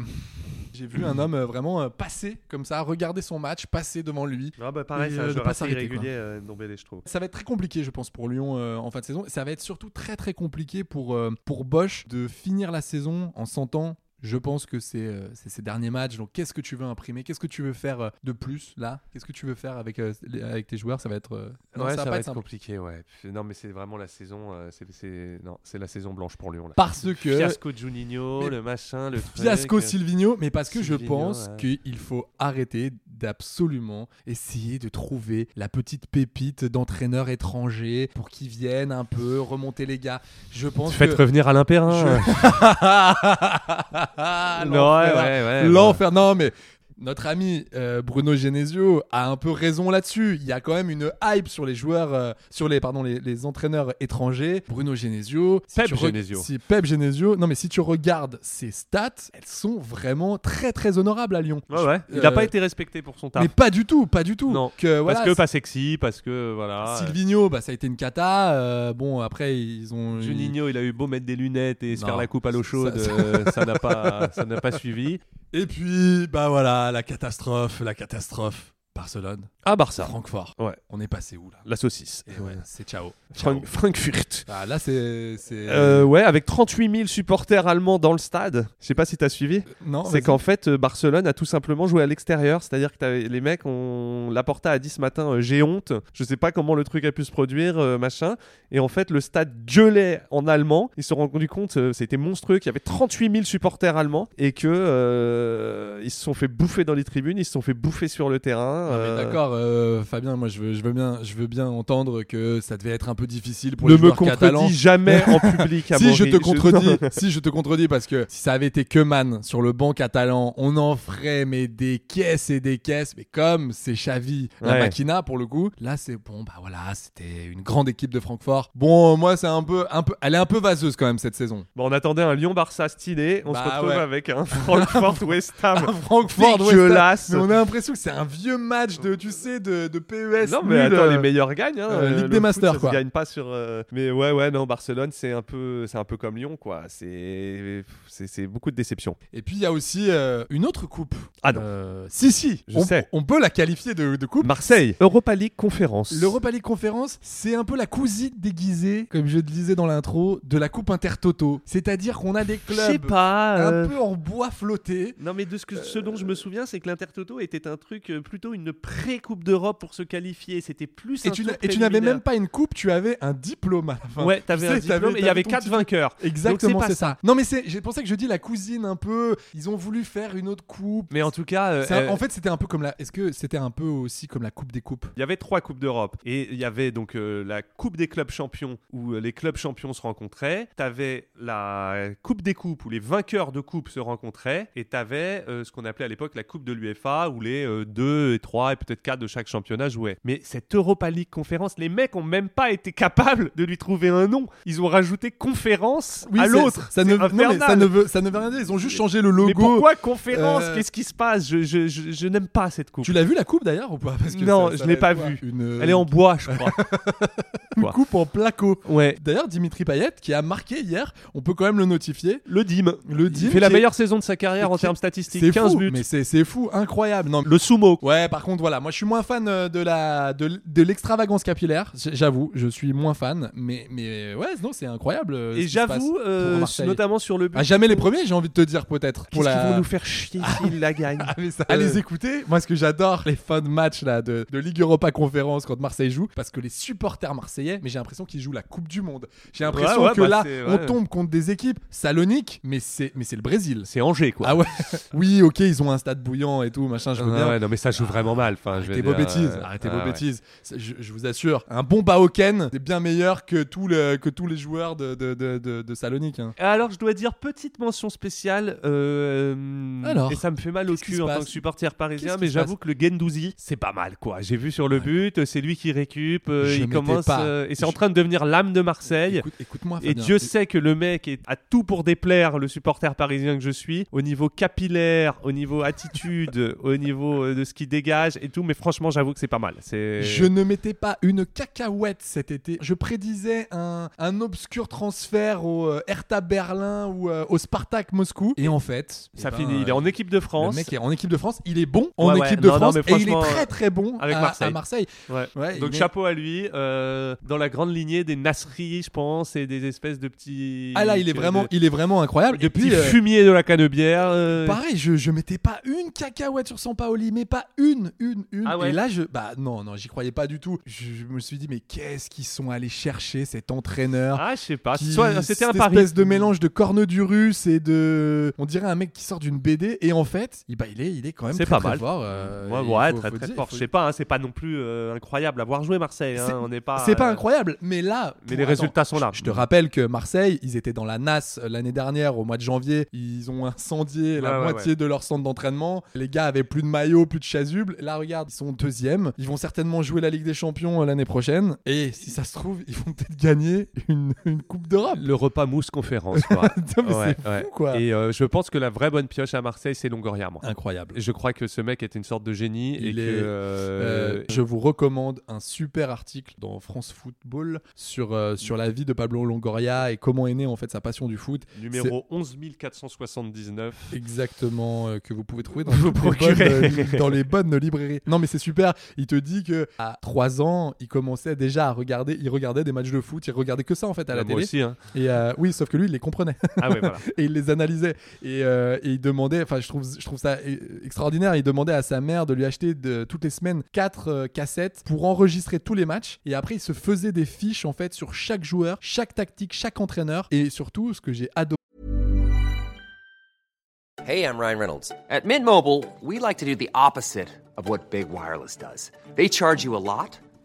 j'ai vu un homme euh, vraiment euh, passer comme ça, regarder son match, passer devant lui. Ah pareil, bah pareil, Et, c'est c'est un euh, un de joueur joueur pas assez s'arrêter, irrégulier, irrégulier, quoi. euh, je trouve. Ça va être très compliqué, je pense, pour Lyon euh, en fin de saison. Ça va être surtout très très compliqué pour, euh, pour Bosch de finir la saison en 100 ans. Je pense que c'est euh, c'est ses derniers matchs. Donc, qu'est-ce que tu veux imprimer Qu'est-ce que tu veux faire euh, de plus là Qu'est-ce que tu veux faire avec, euh, les- avec tes joueurs Ça va être. euh, non, ouais, ça, va va pas être simple. compliqué, ouais. Puis, Non, mais c'est vraiment la saison. euh, c'est- c'est non, c'est la saison blanche pour Lyon là. Parce Le que- fiasco de Juninho, Mais- le machin, le truc, Fiasco euh, Silvino, mais parce que je Silvinho, pense ouais. qu'il faut arrêter d'absolument essayer de trouver la petite pépite d'entraîneurs étrangers pour qu'ils viennent un peu remonter les gars. Je pense Faites que... revenir Alain Perrin. hein. Ah, l'enfer. ouais, ouais, L'enfer. Non, mais notre ami euh, Bruno Genesio a un peu raison là-dessus. Il y a quand même une hype sur les joueurs, euh, sur les, pardon, les, les entraîneurs étrangers. Bruno Genesio. si Pep tu re- Genesio. Si Pep Genesio. Non, mais si tu regardes ses stats, elles sont vraiment très, très honorables à Lyon. Ouais, ouais. Il Euh, n'a pas été respecté pour son taf. Mais pas du tout, pas du tout. Non. Que, voilà, parce que pas sexy, parce que voilà. euh, Silvinho, bah, ça a été une cata. euh, bon, après, ils ont. Juninho, il a eu beau mettre des lunettes et se Non. faire la coupe à l'eau Ça- chaude, ça- euh, ça n'a pas, ça n'a pas suivi. Et puis, bah voilà, la catastrophe, la catastrophe. Barcelone, Ah Barça, Francfort. Ouais. On est passé où là la saucisse. Et ouais, c'est ciao. Ciao. Frank- Frankfurt. Ah, là, c'est. c'est- Euh, ouais, avec 38 000 supporters allemands dans le stade. Je sais pas si t'as suivi. non, c'est vas-y. qu'en fait, euh, Barcelone a tout simplement joué à l'extérieur. C'est-à-dire que t'avais- les mecs, on l'apporta à 10 ce matin, euh, j'ai honte. Je sais pas comment le truc a pu se produire, euh, machin. Et en fait, le stade gueulait en allemand. Ils se sont rendus compte, euh, c'était monstrueux, qu'il y avait 38 000 supporters allemands et que euh, ils se sont fait bouffer dans les tribunes, ils se sont fait bouffer sur le terrain. Non, mais euh, D'accord, euh, Fabien, moi je veux, je, veux bien, je veux bien entendre que ça devait être un peu difficile pour Ne les me joueurs contredis catalans. jamais en public, si je Amaury. te contredis, Je- si je te contredis, parce que si ça avait été que Man sur le banc catalan, on en ferait mais des caisses et des caisses. Mais comme c'est Xavi, la Ouais. Machina pour le coup, là c'est bon, bah voilà, c'était une grande équipe de Francfort. Bon, euh, moi c'est un peu, un peu, elle est un peu vaseuse quand même cette saison. Bon, on attendait un Lyon-Barça stylé, on Bah se retrouve ouais. Ah, avec un Francfort-West Ham. Francfort, West Ham. Ah, dégueulasse. Mais on a l'impression que c'est un vieux match de, tu sais, de, de PES. Non mais nul, attends, euh, les meilleurs gagnent. Hein, euh, euh, Ligue le des foot, Masters ça se quoi. gagne pas sur. euh, Mais ouais, ouais, non, Barcelone, c'est un peu, c'est un peu comme Lyon, quoi. C'est, c'est, c'est beaucoup de déception. Et puis il y a aussi euh, une autre coupe. Ah non. Euh, si si, Je on, sais. on peut la qualifier de, de coupe. Marseille, Europa League conférence. L'Europa League Conférence, c'est un peu la cousine déguisée, comme je le disais dans l'intro, de la Coupe Intertoto. C'est-à-dire qu'on a des Je clubs sais pas. un euh, peu en bois flotté. Non mais de ce, que, ce dont je me souviens, c'est que l'Intertoto était un truc euh, plutôt une pré-coupe d'Europe pour se qualifier. C'était plus. Et un tu, tour n'as- et tu n'avais préliminaire. même pas une coupe, tu avais un diplôme à la fin. Ouais, Tu t'avais sais, un diplôme et il y t'avais avait ton quatre petit- vainqueurs. Exactement, Donc, c'est ça. Non, mais c'est j'ai- pour ça que je dis la cousine un peu. Ils ont voulu faire une autre coupe. Mais en tout cas, euh, C'est un- euh, en fait, c'était un peu comme la. Est-ce que c'était un peu aussi comme la Coupe des Coupes Il y avait trois Coupes d'Europe. Et il y avait donc euh, la Coupe des clubs champions où euh, les clubs champions se rencontraient. T'avais la Coupe des coupes où les vainqueurs de coupes se rencontraient. Et t'avais euh, ce qu'on appelait à l'époque la Coupe de l'UEFA où les euh, deux et trois et peut-être quatre de chaque championnat jouaient. Mais cette Europa League conférence, les mecs ont même pas été capables de lui trouver un nom. Ils ont rajouté conférence à c'est- l'autre. Ça, ne- C'est non, mais ça infernal. ne veut, ça ne veut rien dire. Ils ont juste changé le logo. Mais pourquoi conférence Euh, Qu'est-ce qui se passe Je, je- je- je n'aime pas cette coupe. Tu l'as vu la coupe d'ailleurs ou pas Parce que Non, ça- ça je l'ai va pas être quoi vue. Une, Elle est en bois, je crois. une bois. coupe en placo. ouais. D'ailleurs, Dimitri Payet qui a marqué hier, on peut quand même le notifier. Le Dim. Le Il Dim fait la qui est- meilleure saison de sa carrière en qui- termes statistiques. c'est 15 fou, buts. mais c'est c'est fou, incroyable. Non, Le sumo. Ouais, par contre, voilà, moi je suis moins fan euh, de la de, l- de l'extravagance capillaire. J- J'avoue, je suis moins fan, mais mais ouais, non, c'est incroyable. euh, ce Et qui se j'avoue, passe euh, pour Marseille. notamment sur le but. à jamais les premiers, j'ai envie de te dire peut-être Qu'est-ce pour la. qu'ils vont nous faire chier s'ils la gagnent Ah, mais ça- Euh, à les écouter, moi ce que j'adore, les fins de match là, de, de Ligue Europa Conférence quand Marseille joue, parce que les supporters marseillais, mais j'ai l'impression qu'ils jouent la Coupe du Monde. J'ai l'impression Ouais, ouais, que bah, là, c'est- on ouais. tombe contre des équipes saloniques, mais c'est mais c'est le Brésil. C'est Angers, quoi. Ah ouais Oui, ok, ils ont un stade bouillant et tout, machin, je veux bien. Ah, ouais, non, mais ça joue vraiment mal. Enfin, je vais Arrêtez vos dire, bêtises, euh, arrêtez ah, vos ouais. bêtises. C'est- Je, je vous assure, un bon Baoken est bien meilleur que, tout le, que tous les joueurs de, de, de, de- de Salonique. hein. Alors, je dois dire, petite mention spéciale. euh, Alors, et ça me fait mal au qu'est-ce qui cul se en tant passe que supporter parisien, Qu'est-ce qui mais se j'avoue que le Gendouzi, c'est pas mal, quoi. J'ai vu sur le but, euh, c'est lui qui récup, euh, Je il m'étais commence. pas- euh, et c'est je- en train de devenir l'âme de Marseille. Écoute- Écoute-moi, Et Fabien. Dieu sait que le mec est à tout pour déplaire le supporter parisien que je suis, au niveau capillaire, au niveau attitude, au niveau euh, de ce qu'il dégage et tout. Mais franchement, j'avoue que c'est pas mal. C'est Je ne mettais pas une cacahuète cet été. Je prédisais un, un obscur transfert au euh, Hertha Berlin ou euh, au Spartak Moscou. Et en fait, ça eh ben, finit. Il est en équipe de France. Le mec est en équipe de France, il est bon en Ouais, ouais. équipe de Non, non, France mais et il est franchement, très très bon avec à- Marseille. à Marseille. Ouais. Ouais, Donc Ah, il est- chapeau à lui, euh, dans la grande lignée des Nasri, je pense, et des espèces de petits. Ah là, il est vraiment, il est vraiment incroyable. Et Depuis, puis euh, fumier de la canebière. euh, Pareil, je, je mettais pas une cacahuète sur Sampaoli, mais pas une, une, une. Ah ouais. Et là, je. Bah non, non, j'y croyais pas du tout. Je, je me suis dit, mais qu'est-ce qu'ils sont allés chercher cet entraîneur Ah, je sais pas. qui- Soit- C'était un cette pari. espèce de mélange de corne du russe et de. On dirait un mec qui sort d'une BD et en fait, il- bah, il, est, il est quand même C'est très, pas très mal. fort. euh, ouais, il ouais, faut- très faut très dire, fort. faut- Je sais pas, hein, c'est pas non plus euh, incroyable à voir jouer Marseille. hein, C'est- on n'est pas. C'est pas euh, incroyable, mais là. Mais pour- les attends, résultats sont là. Je te rappelle que Marseille, ils étaient dans la NAS l'année dernière, au mois de janvier. Ils ont incendié la Ouais, ouais, moitié de leur centre d'entraînement. Les gars avaient plus de maillot, plus de chasuble. Là, regarde, ils sont deuxième. Ils vont certainement jouer la Ligue des Champions euh, l'année prochaine. Et si ça se trouve, ils vont peut-être gagner une, une Coupe d'Europe. Le repas mousse conférence, quoi. Putain, mais c'est fou, quoi. Et euh, je pense que la vraie bonne pioche à Marseille, c'est Longoria, moi. Incroyable. Je crois que ce mec est une sorte de génie et Il que. est- euh, Euh, je vous recommande un super article dans France Football sur, euh, sur la vie de Pablo Longoria et comment est née en fait sa passion du foot. Numéro 11479. Exactement, euh, que vous pouvez trouver dans, Vous toutes les procurez. bonnes, euh, dans les bonnes librairies. Non, mais c'est super. Il te dit que à 3 ans, il commençait déjà à regarder, il regardait des matchs de foot, il regardait que ça en fait à la Moi télé. aussi, hein. Et euh, oui, sauf que lui, il les comprenait. Ah ouais, voilà. et il les analysait. Et, euh, et il demandait, enfin, je trouve, je trouve ça euh, extraordinaire. Il demandait à sa mère de lui acheter de, toutes les semaines 4 cassettes pour enregistrer tous les matchs. Et après, il se faisait des fiches, en fait, sur chaque joueur, chaque tactique, chaque entraîneur. Et surtout, ce que j'ai adoré Hey, I'm Ryan Reynolds. At Mint Mobile, we like to do the opposite of what Big Wireless does. They charge you a lot,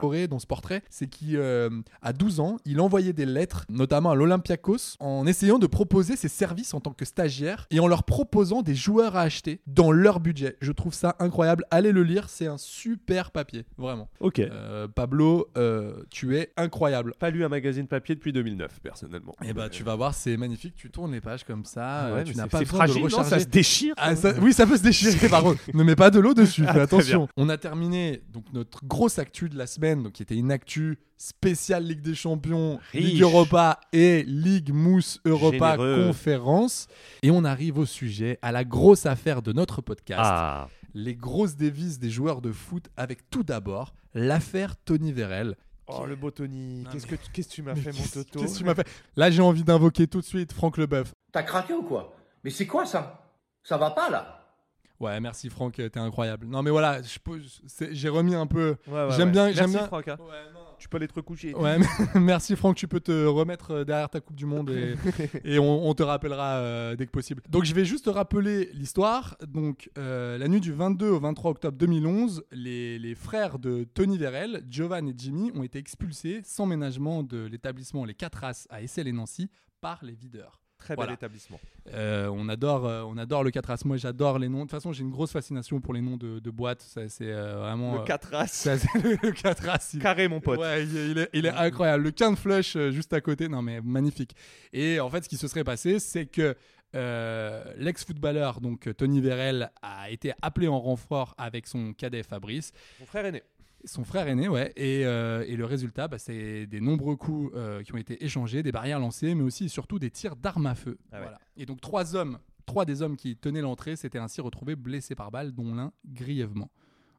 Corée dans ce portrait, c'est qu'à 12 ans, il envoyait des lettres, notamment à l'Olympiakos, en essayant de proposer ses services en tant que stagiaire et en leur proposant des joueurs à acheter dans leur budget. Je trouve ça incroyable. Allez le lire, c'est un super papier, vraiment. Ok. Euh, Pablo, euh, tu es incroyable. Pas lu un magazine papier depuis 2009, personnellement. Eh bah, tu vas voir, c'est magnifique. Tu tournes les pages comme ça. Ah euh, ouais, tu mais n'as c'est- pas c'est besoin de le fragile, non, ça recharger. se déchire. Ah, ça- oui, ça peut se déchirer. Par contre, ne mets pas de l'eau dessus. Ah, fais très attention. bien. On a terminé donc notre grosse actu de la semaine, donc qui était une actu spéciale Ligue des Champions, Riche. Ligue Europa et Ligue Mousse Europa Généreux. Conférence. Et on arrive au sujet, à la grosse affaire de notre podcast. Ah. Les grosses dévises des joueurs de foot, avec tout d'abord l'affaire Tony Vérel. Oh, le beau Tony, qu'est-ce que tu- qu'est-ce que tu m'as Mais fait, mon qu'est-ce- Toto qu'est-ce que tu m'as fait Là, j'ai envie d'invoquer tout de suite Franck Leboeuf. T'as craqué ou quoi Mais c'est quoi ça Ça va pas là Ouais, merci Franck, euh, t'es incroyable. Non, mais voilà, je peux- c'est- j'ai remis un peu. Ouais, ouais, j'aime ouais. bien, Merci, j'aime bien. Franck, hein. Tu peux aller te recoucher. Ouais, mais- merci Franck, tu peux te remettre euh, derrière ta Coupe du Monde et, et on, on te rappellera euh, dès que possible. Donc je vais juste te rappeler l'histoire. Donc euh, la nuit du 22 au 23 octobre 2011, les, les frères de Tony Vérel, Giovanni et Jimmy, ont été expulsés sans ménagement de l'établissement Les Quatre Races à Essel et Nancy par les videurs. Très bel Voilà. établissement. Euh, on adore, euh, on adore le 4 races. Moi, j'adore les noms. De toute façon, j'ai une grosse fascination pour les noms de, de boîtes. Ça, c'est euh, vraiment Le euh, 4 races. ça, c'est le, 4 races. il- Carré, mon pote. Ouais, il, est- il est, il est incroyable. Le quin de flush euh, juste à côté. Non, mais magnifique. Et en fait, ce qui se serait passé, c'est que euh, l'ex-footballeur, donc Tony Vérel, a été appelé en renfort avec son cadet Fabrice. Mon frère aîné. Son frère aîné, ouais. Et, euh, et le résultat, bah, c'est des nombreux coups euh, qui ont été échangés, des barrières lancées, mais aussi et surtout des tirs d'armes à feu. Ah ouais. Voilà. Et donc trois hommes, trois des hommes qui tenaient l'entrée s'étaient ainsi retrouvés blessés par balle, dont l'un grièvement.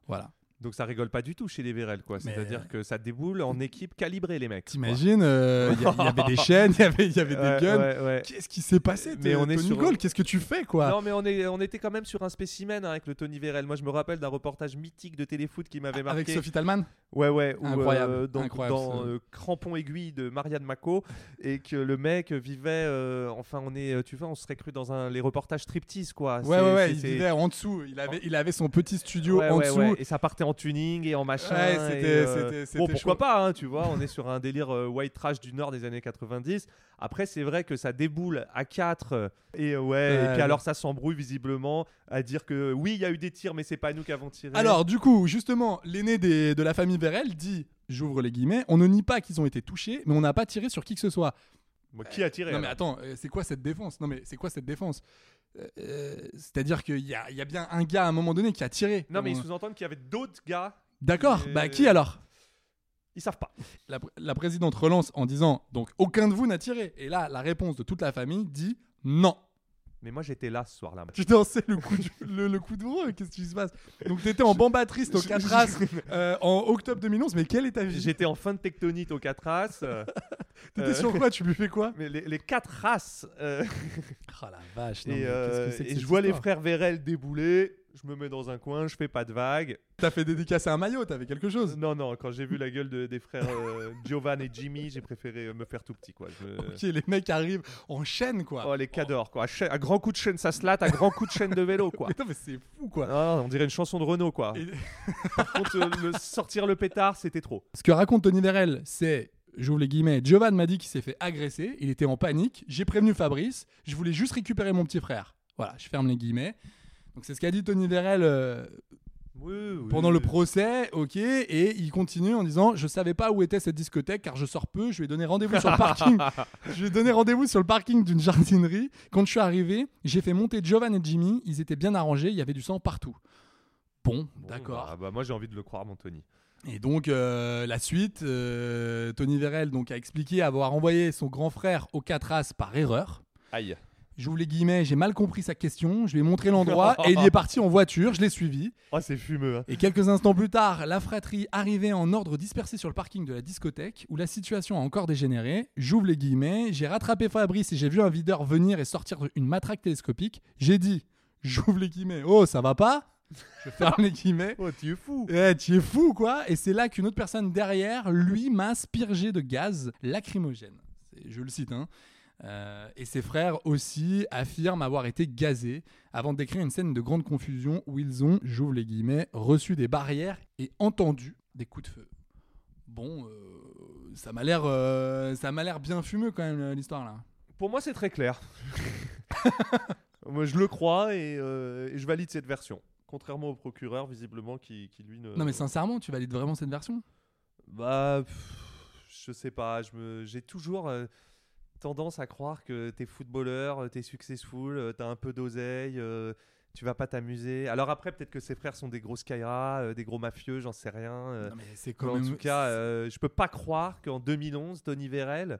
Voilà. Donc ça rigole pas du tout chez les Vérel, quoi. Mais- euh, C'est-à-dire que ça déboule en équipe calibrée, les mecs. T'imagines, euh, il y, a- il y avait des chaînes, il y avait, il y avait Ouais, des guns. ouais, ouais. Qu'est-ce qui s'est passé Mais on est Tony sur- Gold Qu'est-ce que tu fais, quoi Non, mais on, est, on était quand même sur un spécimen hein, avec le Tony Vérel. Moi, je me rappelle d'un reportage mythique de Téléfoot qui m'avait marqué. Avec Sophie Talman Ouais, ouais. Où, Incroyable, euh, dans incroyable, dans, ce- euh, Crampon Aiguille de Marianne Mako. et que le mec vivait. euh, enfin, on est. Tu vois, on serait cru dans un, les reportages striptease, Ouais, quoi. Ah, C'est- ouais, ouais, c'est- il c'est- vivait en dessous. Il avait, il avait son petit studio Ouais, en ouais, dessous. ouais. Et ça partait en tuning et en machin. Ouais, et, c'était- euh, c'était- c'était bon, pourquoi chaud. pas, hein, tu vois. On est sur un délire euh, white trash du nord des années 90. Après, c'est vrai que ça déboule à 4. Et, euh, ouais, Ouais, et ouais. puis alors, ça s'embrouille visiblement à dire que oui, il y a eu des tirs, mais c'est pas nous qui avons tiré. Alors, du coup, justement, l'aîné des- de la famille Vérel dit, j'ouvre les guillemets, on ne nie pas qu'ils ont été touchés, mais on n'a pas tiré sur qui que ce soit. Bon, qui a tiré non, mais alors attends, euh, c'est quoi cette défense Non, mais c'est quoi cette défense Euh, euh, C'est-à-dire qu'il y a, il y a bien un gars à un moment donné qui a tiré. Non, mais ils Euh, On- sous-entendent qu'il y avait d'autres gars. D'accord, qui- bah qui alors Ils savent pas. la, pr- la présidente relance en disant, donc aucun de vous n'a tiré. Et là, la réponse de toute la famille dit, non. Mais moi, j'étais là ce soir-là. Tu dansais le coup, du- le, le coup de roue, qu'est-ce qui se passe Donc t'étais en bamba triste au je- 4 je- as euh, en octobre 2011, mais quelle est ta vie J'étais en fin de tectonite aux 4 races. euh, T'étais euh, sur quoi Tu buffais quoi mais les, les quatre races. euh, Oh la vache, non, mais et euh, qu'est-ce que c'est que et cette je vois les histoire frères Vérel débouler. Je me mets dans un coin, je fais pas de vagues. T'as fait dédicacer un maillot, t'avais quelque chose Non, non, quand j'ai vu la gueule de- des frères euh, Giovanni et Jimmy, j'ai préféré euh, me faire tout petit. Quoi. Je- Ok, les mecs arrivent en chaîne quoi. Oh, les cadors, quoi. À, cha- à grand coup de chaîne, ça se latte, à grand coup de chaîne de vélo, quoi. Mais non, mais c'est fou quoi. Non, non, on dirait une chanson de Renault, quoi. Et- Par contre, euh, le sortir le pétard, c'était trop. Ce que raconte Tony Vérel, c'est, j'ouvre les guillemets, Giovanni m'a dit qu'il s'est fait agresser, il était en panique, j'ai prévenu Fabrice, je voulais juste récupérer mon petit frère. Voilà, je ferme les guillemets. Donc c'est ce qu'a dit Tony Vérel euh, pendant le procès, ok, et il continue en disant Je savais pas où était cette discothèque car je sors peu, je lui ai donné rendez-vous sur le parking. je lui ai donné rendez-vous sur le parking d'une jardinerie. Quand je suis arrivé, j'ai fait monter Jovan et Jimmy, ils étaient bien arrangés, il y avait du sang partout. Bon, Bon, d'accord. Bah, bah, moi, j'ai envie de le croire, mon Tony. Et donc, euh, la suite, euh, Tony Vérel donc, a expliqué avoir envoyé son grand frère aux quatre races par erreur. Aïe. j'ouvre les guillemets, j'ai mal compris sa question, je lui ai montré l'endroit et il y est parti en voiture, je l'ai suivi. Oh, c'est fumeux. hein. Et quelques instants plus tard, la fratrie arrivait en ordre dispersé sur le parking de la discothèque où la situation a encore dégénéré. J'ouvre les guillemets, j'ai rattrapé Fabrice et j'ai vu un videur venir et sortir une matraque télescopique. J'ai dit, j'ouvre les guillemets, oh ça va pas Je ferme les guillemets. Oh, tu es fou. Eh, tu es fou quoi Et c'est là qu'une autre personne derrière lui m'a aspergé de gaz lacrymogène. C'est- Je le cite, hein. Euh, et ses frères aussi affirment avoir été gazés avant de décrire une scène de grande confusion où ils ont, j'ouvre les guillemets, reçu des barrières et entendu des coups de feu. Bon, euh, ça m'a l'air, euh, ça m'a l'air bien fumeux quand même euh, l'histoire là. Pour moi, c'est très clair. Moi, je le crois et, euh, et je valide cette version. Contrairement au procureur, visiblement, qui, qui, lui ne. Non mais sincèrement, tu valides vraiment cette version Bah, pff, je sais pas. Je me, j'ai toujours euh, tendance à croire que t'es footballeur, euh, t'es successful, euh, t'as un peu d'oseille, euh, tu vas pas t'amuser. Alors après, peut-être que ses frères sont des gros skyras, euh, des gros mafieux, j'en sais rien. euh, Non, mais c'est quand en même- tout cas, euh, je peux pas croire qu'en 2011, Tony Vérel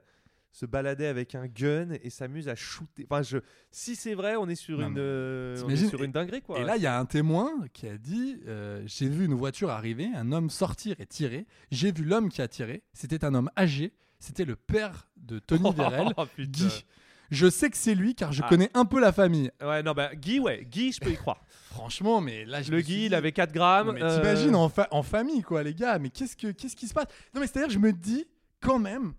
se baladait avec un gun et s'amuse à shooter. Enfin, je... si c'est vrai, on est sur Non, une, mais euh, on est T'imagines sur une dinguerie quoi. Et là, il y a un témoin qui a dit euh, J'ai vu une voiture arriver, un homme sortir et tirer. J'ai vu l'homme qui a tiré. C'était un homme âgé. C'était le père de Tony Vérel, Oh, putain. Guy. Je sais que c'est lui car je Ah. connais un peu la famille. Ouais, non, bah Guy, ouais, Guy, je peux y croire. Franchement, mais là, je le me suis Guy, il dit- avait 4 grammes. Non, mais euh, t'imagines hein. en, fa- en famille, quoi, les gars. Mais qu'est-ce, que, qu'est-ce qui se passe Non, mais c'est-à-dire, je me dis quand même,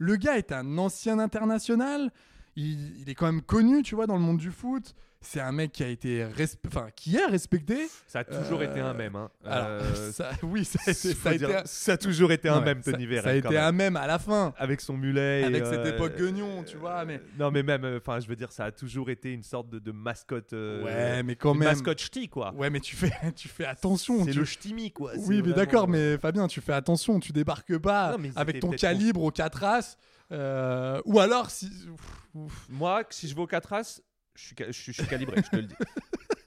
le gars est un ancien international. Il, il est quand même connu, tu vois, dans le monde du foot. C'est un mec qui a été respe- enfin, qui est respecté. Ça a toujours été un mème, hein. alors, Euh, ça- oui, ça a, été- faut ça a dire, été un- ça a toujours été un Non, mais mème, ça- Tony Vérel, Ça a quand été même. un même à la fin. Avec son mulet. et, Avec cette euh, époque guignon, tu vois. Mais Non, mais même, euh, enfin, je veux dire, ça a toujours été une sorte de, de mascotte. euh, Ouais, mais quand une même. Mascotte ch'ti, quoi. Ouais, mais tu fais, tu fais attention. C'est tu- le ch'timi, quoi. C'est Oui, mais vraiment- d'accord, mais Fabien, tu fais attention, tu débarques pas Non, mais ils avec étaient ton peut-être calibre aux quatre as. euh, ou alors, si. Moi, que si je vais aux 4 as, je suis, ca- je suis- je suis calibré, je te le dis.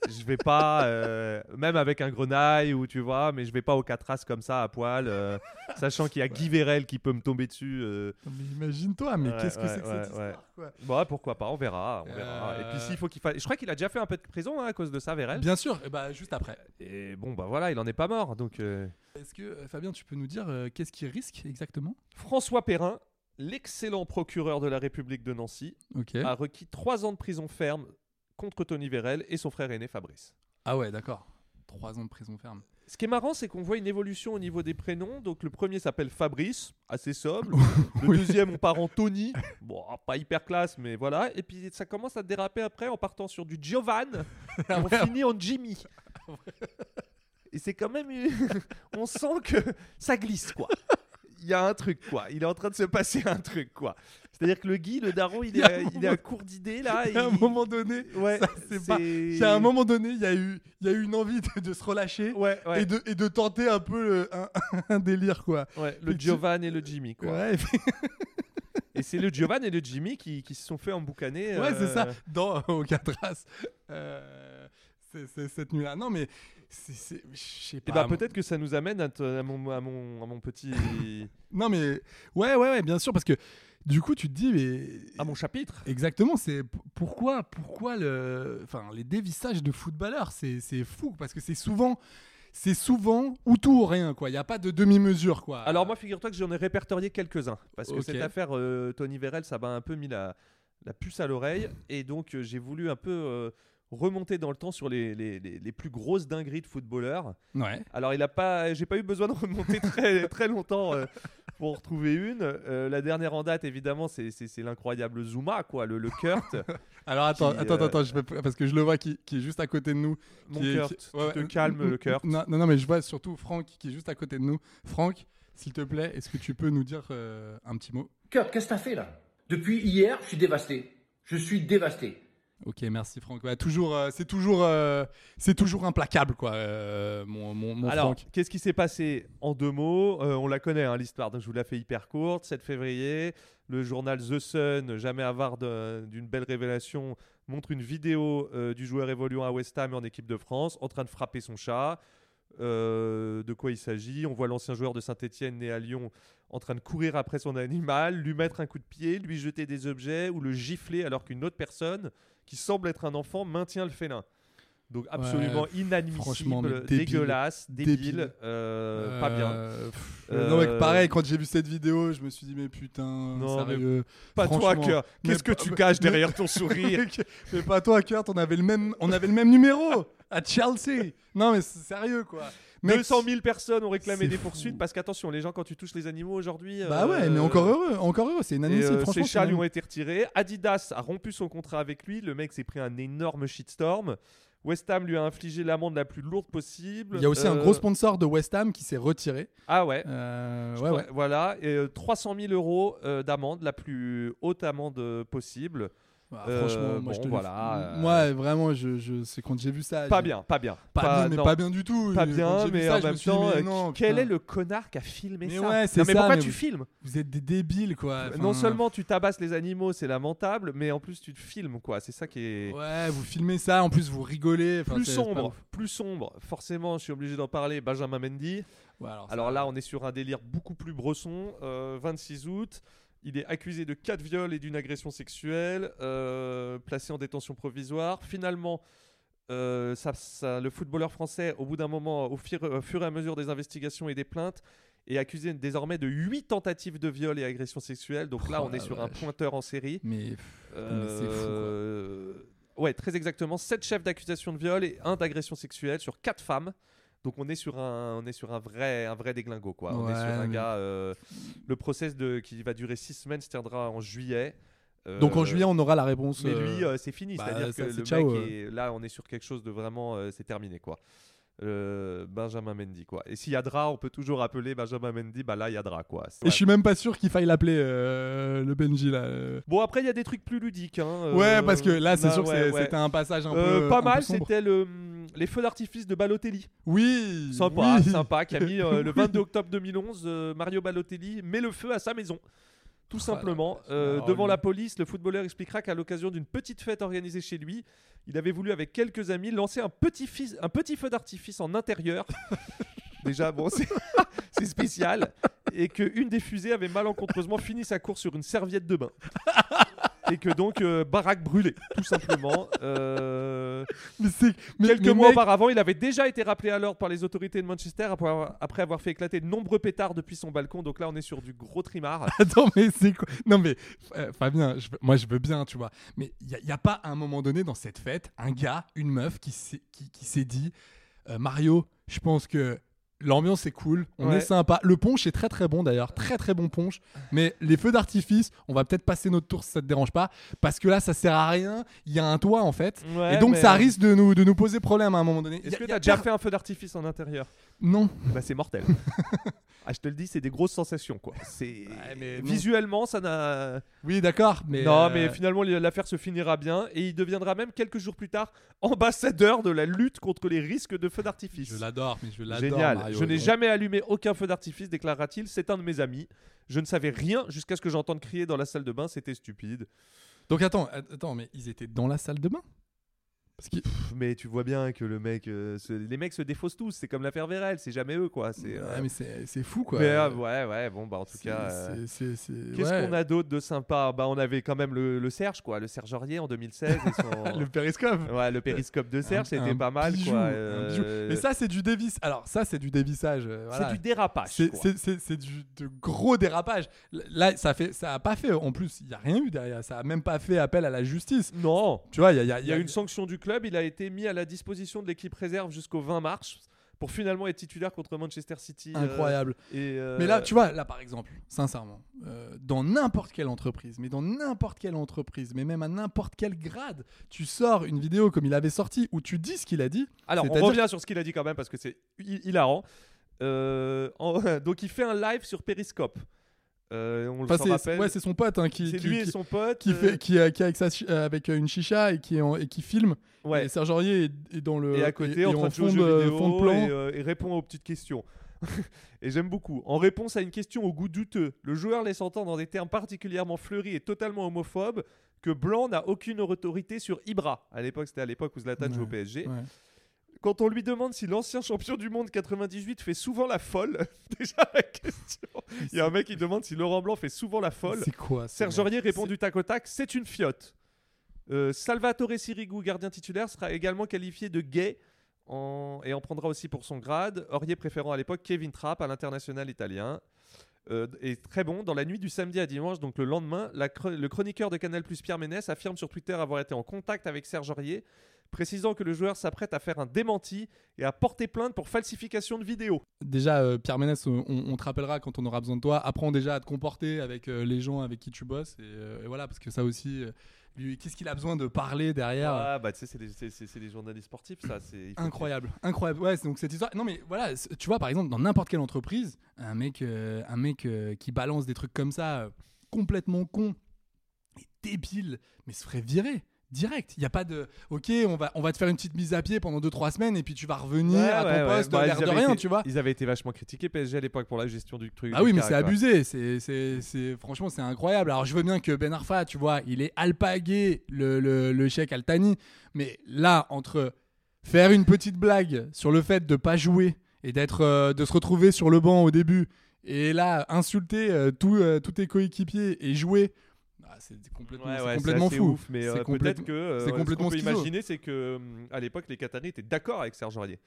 Je vais pas, euh, même avec un grenaille ou tu vois, mais je vais pas aux 4 as comme ça à poil, euh, sachant qu'il y a Guy Vérel qui peut me tomber dessus. euh. Mais imagine-toi, mais Ouais, qu'est-ce que ouais, c'est que ouais, cette histoire ouais. Bah, pourquoi pas, on verra, on verra. Euh. Et puis s'il faut qu'il fasse, je crois qu'il a déjà fait un peu de prison hein, à cause de ça, Vérel. Bien sûr, et bah, juste après. Et bon, bah voilà, il en est pas mort, donc. euh, Est-ce que, euh, Fabien, tu peux nous dire euh, qu'est-ce qu'il risque exactement François Perrin, l'excellent procureur de la République de Nancy, Ok. a requis trois ans de prison ferme contre Tony Vérel et son frère aîné Fabrice. Ah ouais, d'accord. Trois ans de prison ferme. Ce qui est marrant, c'est qu'on voit une évolution au niveau des prénoms. Donc le premier s'appelle Fabrice, assez sobre. Le deuxième, on part en Tony. Bon, ah, pas hyper classe, mais voilà. Et puis ça commence à déraper après en partant sur du Giovanni. Et on finit en Jimmy. Et c'est quand même. on sent que ça glisse, quoi. Il y a un truc, quoi. Il est en train de se passer un truc, quoi. C'est-à-dire que le Guy, le daron, il est, à- il est à court d'idées, là. Il y a un il- moment donné, Ouais, ça, c'est pas- il y a un moment donné, il y a eu, il y a eu une envie de, de se relâcher ouais. Et, de, et de tenter un peu le- un, un délire quoi. Ouais, le Et tu- Giovanni et le Jimmy, quoi. Ouais, et puis- Et c'est le Giovanni et le Jimmy qui, qui se sont fait emboucaner. Ouais, c'est ça. euh, Dans euh, au Catras. Euh, c'est- c'est cette nuit-là. Non, mais c'est, c'est- je sais Et pas. bah peut-être que ça nous amène à, te- à mon, à mon- à mon petit... Non, mais ouais, ouais, ouais, bien sûr, parce que du coup, tu te dis, mais à Ah, mon chapitre. Exactement. C'est p- pourquoi, pourquoi le, enfin, les dévissages de footballeurs, c'est, c'est fou, parce que c'est souvent, c'est souvent ou tout ou rien, quoi. Il y a pas de demi-mesure, quoi. Alors moi, figure-toi que j'en ai répertorié quelques-uns. Parce que Ok. cette affaire, euh, Tony Vérel, ça m'a un peu mis la, la puce à l'oreille. Et donc, euh, j'ai voulu un peu euh, remonter dans le temps sur les, les- les- les plus grosses dingueries de footballeurs. Ouais. Alors, il a pas, j'ai pas eu besoin de remonter très, très longtemps euh, pour en retrouver une. Euh, la dernière en date, évidemment, c'est, c'est- c'est l'incroyable Zuma, quoi, le, le Kurt. Alors attends, qui, attends, euh, attends, je vais- parce que je le vois qui, qui est juste à côté de nous. Mon qui est- Kurt, qui- tu te calmes, Mmh, le Kurt. Non, non, non, mais je vois surtout Franck qui est juste à côté de nous. Franck, s'il te plaît, est-ce que tu peux nous dire euh, un petit mot Kurt, qu'est-ce que t'as fait là Depuis hier, je suis dévasté. Je suis dévasté. Ok, merci Franck. Ouais, toujours, euh, c'est toujours, euh, c'est toujours implacable, quoi, euh, mon, mon, mon Alors, Franck. qu'est-ce qui s'est passé en deux mots Euh, On la connaît, hein, l'histoire, donc je vous la fais hyper courte. 7 février, le journal The Sun, jamais avare d'un- d'une belle révélation, montre une vidéo euh, du joueur évoluant à West Ham et en équipe de France en train de frapper son chat. Euh, de quoi il s'agit On voit l'ancien joueur de Saint-Etienne né à Lyon en train de courir après son animal, lui mettre un coup de pied, lui jeter des objets ou le gifler alors qu'une autre personne qui semble être un enfant maintient le félin. Donc absolument Ouais, inadmissible, franchement, mais débile, dégueulasse, débile, débile. euh, pas bien. Euh, pff, Euh, Non, mec, pareil, quand j'ai vu cette vidéo, je me suis dit, mais putain, Non, sérieux. mais pas toi, franchement. cœur. Mais Qu'est-ce que pas- tu caches mais- derrière ton sourire Mec, Mais pas toi, cœur, on avait le même, on avait le même numéro à Chelsea. Non, mais c'est sérieux, quoi. Mec, 200 000 personnes ont réclamé c'est des fou. poursuites parce qu'attention, les gens quand tu touches les animaux aujourd'hui. Bah euh, ouais, mais encore heureux, encore heureux, c'est Et, inadmissible. euh, franchement, ses c'est chats lui inadmissible. ont été retirés. Adidas a rompu son contrat avec lui. Le mec s'est pris un énorme shitstorm. West Ham lui a infligé l'amende la plus lourde possible. Il y a aussi un Euh, gros sponsor de West Ham qui s'est retiré. Ah ouais. Euh, Je ouais, crois- ouais. Voilà. Et euh, 300 000 euros euh, d'amende, la plus haute amende euh, possible. Bah, Euh, franchement, moi, bon, je te le- voilà. euh, Moi, vraiment, je, je, c'est quand j'ai vu ça. Pas j'ai- bien, pas bien. Pas, bien, mais non. pas bien du tout. Pas Quand bien, j'ai vu mais ça, en je me même suis dit, temps, mais euh, non, qui- quel putain. est le connard qui a filmé Mais ça ouais, Non, c'est mais ça, pourquoi mais tu vous- filmes Vous êtes des débiles, quoi. Enfin, Non seulement tu tabasses les animaux, c'est lamentable, mais en plus tu te filmes, quoi. C'est ça qui est. Ouais, vous filmez ça, en plus vous rigolez. Enfin, plus c'est- c'est pas sombre, ouf. plus sombre. Forcément, je suis obligé d'en parler. Benjamin Mendy. Ouais, alors ça- là, on est sur un délire beaucoup plus bresson. Euh, 26 août, il est accusé de quatre viols et d'une agression sexuelle, euh, placé en détention provisoire. Finalement. euh, ça- ça- le footballeur français, au bout d'un moment, au fur, au fur et à mesure des investigations et des plaintes, est accusé désormais de 8 tentatives de viol et agression sexuelle. Donc là, Oh on est la sur un vache. pointeur en série. Mais, mais c'est fou, quoi. Euh, ouais, très exactement. 7 chefs d'accusation de viol et un d'agression sexuelle sur 4 femmes. Donc on est sur un, on est sur un vrai, un vrai déglingo quoi. on est Ouais, sur un mais- gars. euh, le process de, qui va durer 6 semaines se tiendra en juillet. Euh, Donc en juillet, on aura la réponse, Mais lui, euh, euh, c'est fini. bah, C'est-à-dire ça, que c'est le ciao, mec euh. est- là, on est sur quelque chose de vraiment, euh, c'est terminé quoi. Euh, Benjamin Mendy quoi. Et s'il y a Dra, on peut toujours appeler Benjamin Mendy. Bah là, il y a Dra quoi. Et je suis même pas sûr qu'il faille l'appeler euh, le Benji là. euh. Bon, après, il y a des trucs plus ludiques. hein, euh, Ouais, parce que là, c'est bah, sûr que ouais, c'est- ouais. c'était un passage un Euh, peu. un Pas peu mal, sombre. c'était le, hum, les feux d'artifice de Balotelli. Oui Sympa, oui. sympa, qui a mis euh, le Oui. 22 octobre 2011, euh, Mario Balotelli met le feu à sa maison. Tout Oh simplement, la vache. Euh, Oh, devant lui. la police, le footballeur expliquera qu'à l'occasion d'une petite fête organisée chez lui, il avait voulu avec quelques amis lancer un petit, fis- un petit feu d'artifice en intérieur. Déjà, bon, c'est c'est spécial. Et qu'une des fusées avait malencontreusement fini sa course sur une serviette de bain. Et que donc, euh, baraque brûlée, tout simplement. Euh, Quelques mais mois mec- auparavant, il avait déjà été rappelé à l'ordre par les autorités de Manchester après avoir, après avoir fait éclater de nombreux pétards depuis son balcon. Donc là, on est sur du gros trimard. Attends, mais c'est quoi Non, mais euh, Fabien, je veux- moi je veux bien, tu vois. Mais il n'y a, pas à un moment donné dans cette fête un gars, une meuf qui s'est qui, qui s'est dit euh, Mario, je pense que l'ambiance est cool, on Ouais. est sympa. Le punch est très très bon d'ailleurs, très très bon punch. Mais les feux d'artifice, on va peut-être passer notre tour si ça te dérange pas. Parce que là, ça sert à rien. Il y a un toit en fait. Ouais, et donc mais- euh, ça risque de nous, de nous poser problème à un moment donné. Y Est-ce a- que y a t'as déjà per- fait un feu d'artifice en intérieur Non. Bah, c'est mortel. ah, je te le dis, c'est des grosses sensations, quoi. C'est non. visuellement, ça n'a. Oui, d'accord. Mais non, euh, mais finalement, l'affaire se finira bien et il deviendra même quelques jours plus tard ambassadeur de la lutte contre les risques de feux d'artifice. Je l'adore, mais je l'adore. Génial. Mario, je n'ai donc. jamais allumé aucun feu d'artifice, déclara-t-il. C'est un de mes amis. Je ne savais rien jusqu'à ce que j'entende crier dans la salle de bain. C'était stupide. Donc attends, att- attends, mais ils étaient dans la salle de bain Parce que Pff, mais tu vois bien que le mec, euh, se- les mecs se défaussent tous. C'est comme l'affaire Vérel. C'est jamais eux, quoi. C'est. euh, Ouais, ah, mais c'est c'est fou quoi. mais, euh, ouais, ouais. Bon, bah en tout C'est- cas. euh, c'est- c'est- c'est- Qu'est-ce ouais. qu'on a d'autre de sympa Bah, on avait quand même le, le Serge, quoi, le Serge Aurier en 2016. et son- Le périscope. Ouais, le périscope de Serge, Un- c'était un pas mal, bijou, quoi. un bijou. euh, Mais ça c'est du dévisse. Alors ça c'est du dévissage. euh, voilà. du dérapage, C'est- quoi. C'est c'est- c'est du de gros dérapage. L- Là ça fait ça a pas fait. En plus il y a rien eu derrière. Ça a même pas fait appel à la justice. Non. Tu vois il y a, il y a- Il y a une sanction du club, il a été mis à la disposition de l'équipe réserve jusqu'au 20 mars pour finalement être titulaire contre Manchester City. euh, Incroyable. et, euh, Mais là, tu vois, là par exemple, sincèrement, euh, dans n'importe quelle entreprise, mais dans n'importe quelle entreprise, mais même à n'importe quel grade, tu sors une vidéo comme il avait sorti où tu dis ce qu'il a dit. Alors, on C'est-à-dire- revient sur ce qu'il a dit quand même parce que c'est hi- hilarant. Euh, en- donc, il fait un live sur Periscope. Euh, on Enfin, le s'en c'est- rappelle. ouais, c'est son pote hein, qui, C'est qui- lui et qui- son pote, qui euh. fait, qui, euh, qui est avec, sa chi- euh, avec euh, une chicha et qui est en- et qui filme. Ouais. Et Serge Aurier est, est dans le et à côté et- en et train de jouer aux fond jeux de- vidéo fond de plan. et, euh, et répond aux petites questions. et j'aime beaucoup. En réponse à une question au goût douteux, le joueur laisse entendre dans des termes particulièrement fleuris et totalement homophobes que Blanc n'a aucune autorité sur Ibra. À l'époque, c'était à l'époque où Zlatan jouait au PSG. ouais. Quand on lui demande si l'ancien champion du monde 98 fait souvent la folle, déjà la question. Il y a un mec qui demande si Laurent Blanc fait souvent la folle. C'est quoi, ce Serge mec Aurier répond du tac au tac, c'est une fiotte. Euh, Salvatore Sirigu, gardien titulaire, sera également qualifié de gay en- et en prendra aussi pour son grade. Aurier préférant à l'époque Kevin Trapp à l'international italien. Euh, et très bon, dans la nuit du samedi à dimanche, donc le lendemain, la cre- le chroniqueur de Canal Plus Pierre Ménès affirme sur Twitter avoir été en contact avec Serge Aurier, précisant que le joueur s'apprête à faire un démenti et à porter plainte pour falsification de vidéo. Déjà, euh, Pierre Ménès, on, on te rappellera quand on aura besoin de toi. Apprends déjà à te comporter avec euh, les gens avec qui tu bosses. Et, euh, et voilà, parce que ça aussi, euh, lui, qu'est-ce qu'il a besoin de parler derrière euh, Ah, bah tu sais, c'est des, c'est- c'est- c'est des journalistes sportifs, ça. c'est- il faut- Incroyable, incroyable. Ouais, c'est donc cette histoire. Non, mais voilà, c'est- tu vois, par exemple, dans n'importe quelle entreprise, un mec, euh, un mec euh, qui balance des trucs comme ça, euh, complètement con et débile, mais se ferait virer. Direct, il y a pas de OK, on va on va te faire une petite mise à pied pendant 2 3 semaines et puis tu vas revenir Ouais, à ton ouais, ouais. poste Bah, l'air ils de avaient rien, été- tu vois. Ils avaient été vachement critiqués PSG à l'époque pour la gestion du truc. Ah du oui, mais cas, c'est quoi. abusé, c'est c'est- c'est- franchement c'est incroyable. Alors je veux bien que Ben Arfa, tu vois, il est alpagué le le le chèque Altani, mais là entre faire une petite blague sur le fait de pas jouer et d'être euh, de se retrouver sur le banc au début et là insulter euh, tous euh, tous tes coéquipiers et jouer Ah, c'est complètement, Ouais, c'est ouais, complètement assez fou. ouf, mais C'est euh, complète- peut-être que euh, c'est complètement ce qu'on peut schizo. imaginer, c'est que hum, à l'époque, les Qataris étaient d'accord avec Serge Aurier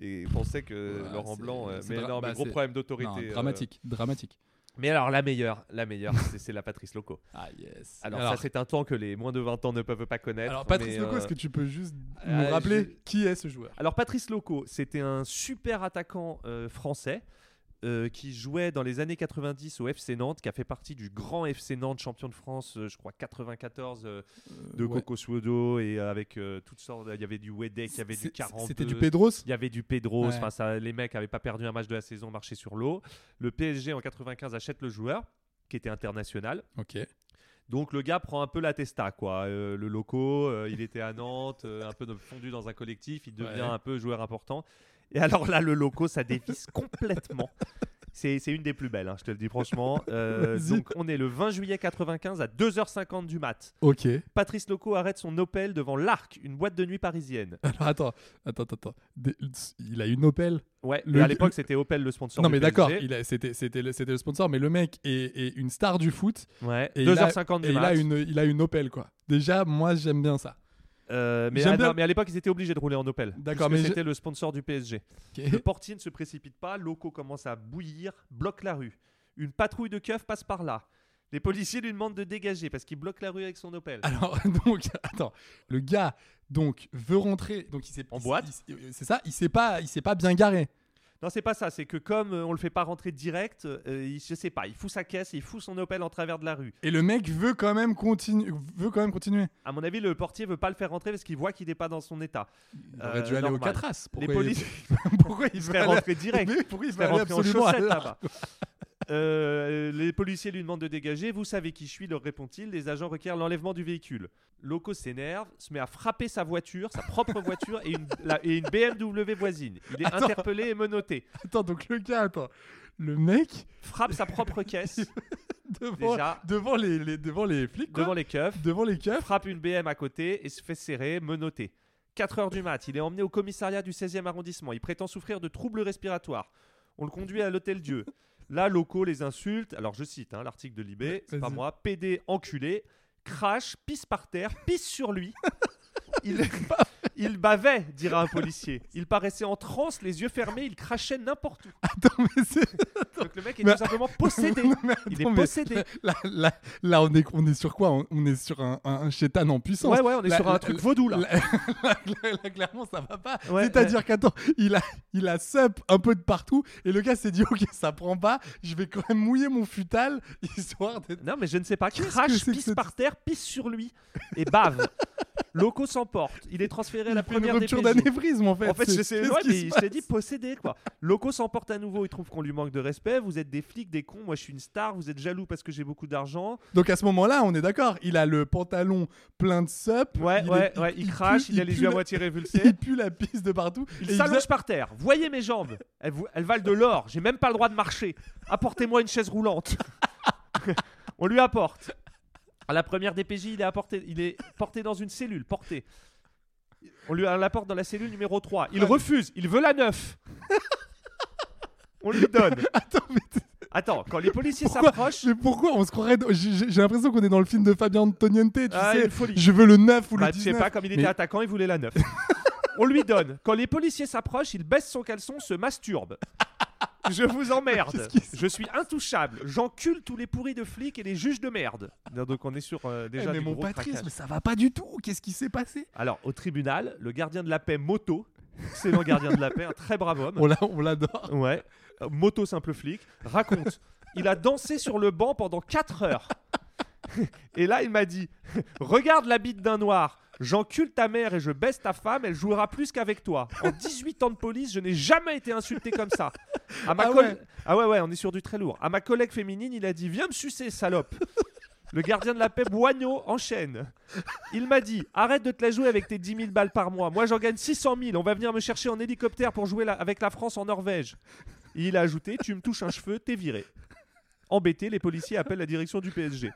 et pensaient que Voilà, Laurent c'est- Blanc. euh, c'est mais dra- non, mais bah, gros c'est- problème non, d'autorité. euh, dramatique, dramatique. Mais alors la meilleure, la meilleure, c'est- c'est la Patrice Loco. Ah yes. Alors, Alors- ça c'est un temps que les moins de 20 ans ne peuvent pas connaître. Alors Patrice mais, Leco, euh, est-ce que tu peux juste nous euh, rappeler je- qui est ce joueur alors Patrice Loco, c'était un super attaquant euh, français euh, qui jouait dans les années 90 au FC Nantes, qui a fait partie du grand FC Nantes champion de France, euh, je crois 94 euh, de Euh, ouais. Coco Suodo et avec euh, toutes sortes. Il y avait du Wedek, il y avait du C'est- 40. c'était du Pedros Il y avait du Pedros. Ouais. Enfin, ça- les mecs n'avaient pas perdu un match de la saison, marché sur l'eau. Le PSG en 95 achète le joueur qui était international. Ok. Donc le gars prend un peu la testa, quoi. Euh, le loco, euh, il était à Nantes, euh, un peu de- fondu dans un collectif, il devient Ouais. un peu joueur important. Et alors là, le loco, ça dévisse complètement. C'est c'est une des plus belles, hein, je te le dis franchement. Euh, Vas-y. donc on est le 20 juillet 95 à 2h50 du mat. Ok. Patrice Loco arrête son Opel devant l'Arc, une boîte de nuit parisienne. Alors attends, attends, attends, attends. Des- Il a une Opel. Ouais, Le- mais à l'époque, c'était Opel le sponsor. Non du mais PSG. d'accord, il a- c'était c'était le, c'était le sponsor, mais le mec est, est une star du foot. Ouais. Et il a- 2h50 du et il a mat. une il a une Opel quoi. Déjà, moi j'aime bien ça. Euh, mais, J'aime ah bien- non, mais à l'époque, ils étaient obligés de rouler en Opel. D'accord, puisque mais c'était je- le sponsor du PSG. Ok. Le portier ne se précipite pas, Loco commence à bouillir, bloque la rue. Une patrouille de keufs passe par là. Les policiers lui demandent de dégager parce qu'il bloque la rue avec son Opel. Alors donc attends, le gars donc veut rentrer, donc il s'est en boîte. C'est ça, il s'est pas il s'est pas bien garé. Non, c'est pas ça, c'est que comme euh, on le fait pas rentrer direct, euh, il, je sais pas, il fout sa caisse, il fout son Opel en travers de la rue. Et le mec veut quand même continuer veut quand même continuer. À mon avis, le portier veut pas le faire rentrer parce qu'il voit qu'il n'est pas dans son état. Il aurait dû aller au Catras. Euh, Les Pourquoi il- policiers. pourquoi il se veut fait aller- rentrer direct Mais pourquoi il se veut fait aller rentrer en absolument à chaussettes l'arc, là-bas Euh, les policiers lui demandent de dégager. Vous savez qui je suis, leur répond-il. Les agents requièrent l'enlèvement du véhicule. Loco s'énerve, se met à frapper sa voiture, sa propre voiture et une, la- et une BMW voisine. Il est Attends. interpellé et menotté. Attends, donc le gars, attends. Le mec frappe sa propre caisse devant, Déjà. devant les, les- devant les flics, quoi. devant les keufs. Devant les keufs. Frappe une BM à côté et se fait serrer, menotté. 4 heures du mat, il est emmené au commissariat du 16e arrondissement. Il prétend souffrir de troubles respiratoires. On le conduit à l'hôtel Dieu. Là, locaux les insultes. Alors, je cite hein, l'article de Libé, c'est pas vas-y. moi. PD enculé, crash, pisse par terre, pisse sur lui. Il, il bavait, dira un policier. Il paraissait en transe, les yeux fermés, il crachait n'importe où. Donc le mec est Mais- tout simplement possédé. Non, mais il attends, est mais possédé. Là, là, là, on, est, on est sur quoi on, on est sur un, un, un chétan en puissance. Ouais, ouais, on est sur un truc vaudou, là. clairement, ça va pas. Ouais, C'est-à-dire ouais. qu'attends, il a, il a sup un peu de partout et le gars s'est dit Ok, ça prend pas, je vais quand même mouiller mon futal histoire d'être. Non, mais je ne sais pas. Qu'est-ce que Crash, c'est que pisse cette- par terre, pisse sur lui et bave. Loco s'emporte. Il est transféré à la fait une première rupture DPJ. d'anévrisme, en fait. En fait, C'est- je sais, qu'est-ce ouais, qui mais se je t'ai passe dit possédé quoi. Loco s'emporte à nouveau. Il trouve qu'on lui manque de respect. Vous êtes des flics, des cons. Moi, je suis une star. Vous êtes jaloux parce que j'ai beaucoup d'argent. Donc à ce moment-là, on est d'accord, il a le pantalon plein de sup. Ouais, il ouais, est- ouais, il crache, il a les pue yeux à la- moitié révulsés. Il pue la pisse de partout. Il et s'allonge faisait- par terre. Voyez mes jambes. Elles, vou- elles valent de l'or. J'ai même pas le droit de marcher. Apportez-moi une chaise roulante. On lui apporte. À la première DPJ, il est, apporté, il est porté dans une cellule. Porté. On lui on l'apporte dans la cellule numéro 3. Il refuse. Il veut la 9. On lui donne. Attends, quand les policiers Pourquoi- s'approchent. mais pourquoi on se croirait dans- j'ai- J'ai j'ai l'impression qu'on est dans le film de Fabien Antoniente, tu Ah, sais. une folie. Je veux le 9 ou Bah, le tu 19. sais pas, comme il était Mais- attaquant, il voulait la 9. On lui donne. Quand les policiers s'approchent, il baisse son caleçon, se masturbe. Je vous emmerde. Je suis intouchable. J'encule tous les pourris de flics et les juges de merde. Non, donc on est sur euh, Eh, déjà mais du mon gros Patrice, craquage. mais ça va pas du tout. Qu'est-ce qui s'est passé Alors au tribunal, le gardien de la paix moto, excellent gardien de la paix, un très brave homme. On l'a- on l'adore. Ouais. Euh, Moto simple flic raconte. il a dansé sur le banc pendant 4 heures. Et là, il m'a dit Regarde la bite d'un noir. J'encule ta mère et je baisse ta femme, elle jouera plus qu'avec toi. En 18 ans de police, je n'ai jamais été insulté comme ça. À ma Ah coll- ouais. ah ouais, ouais, on est sur du très lourd. À ma collègue féminine, il a dit Viens me sucer, salope. Le gardien de la paix, Boignot, enchaîne. Il m'a dit Arrête de te la jouer avec tes 10 000 balles par mois. Moi, j'en gagne 600 000. On va venir me chercher en hélicoptère pour jouer la- avec la France en Norvège. Et il a ajouté Tu me touches un cheveu, t'es viré. Embêté, les policiers appellent la direction du PSG.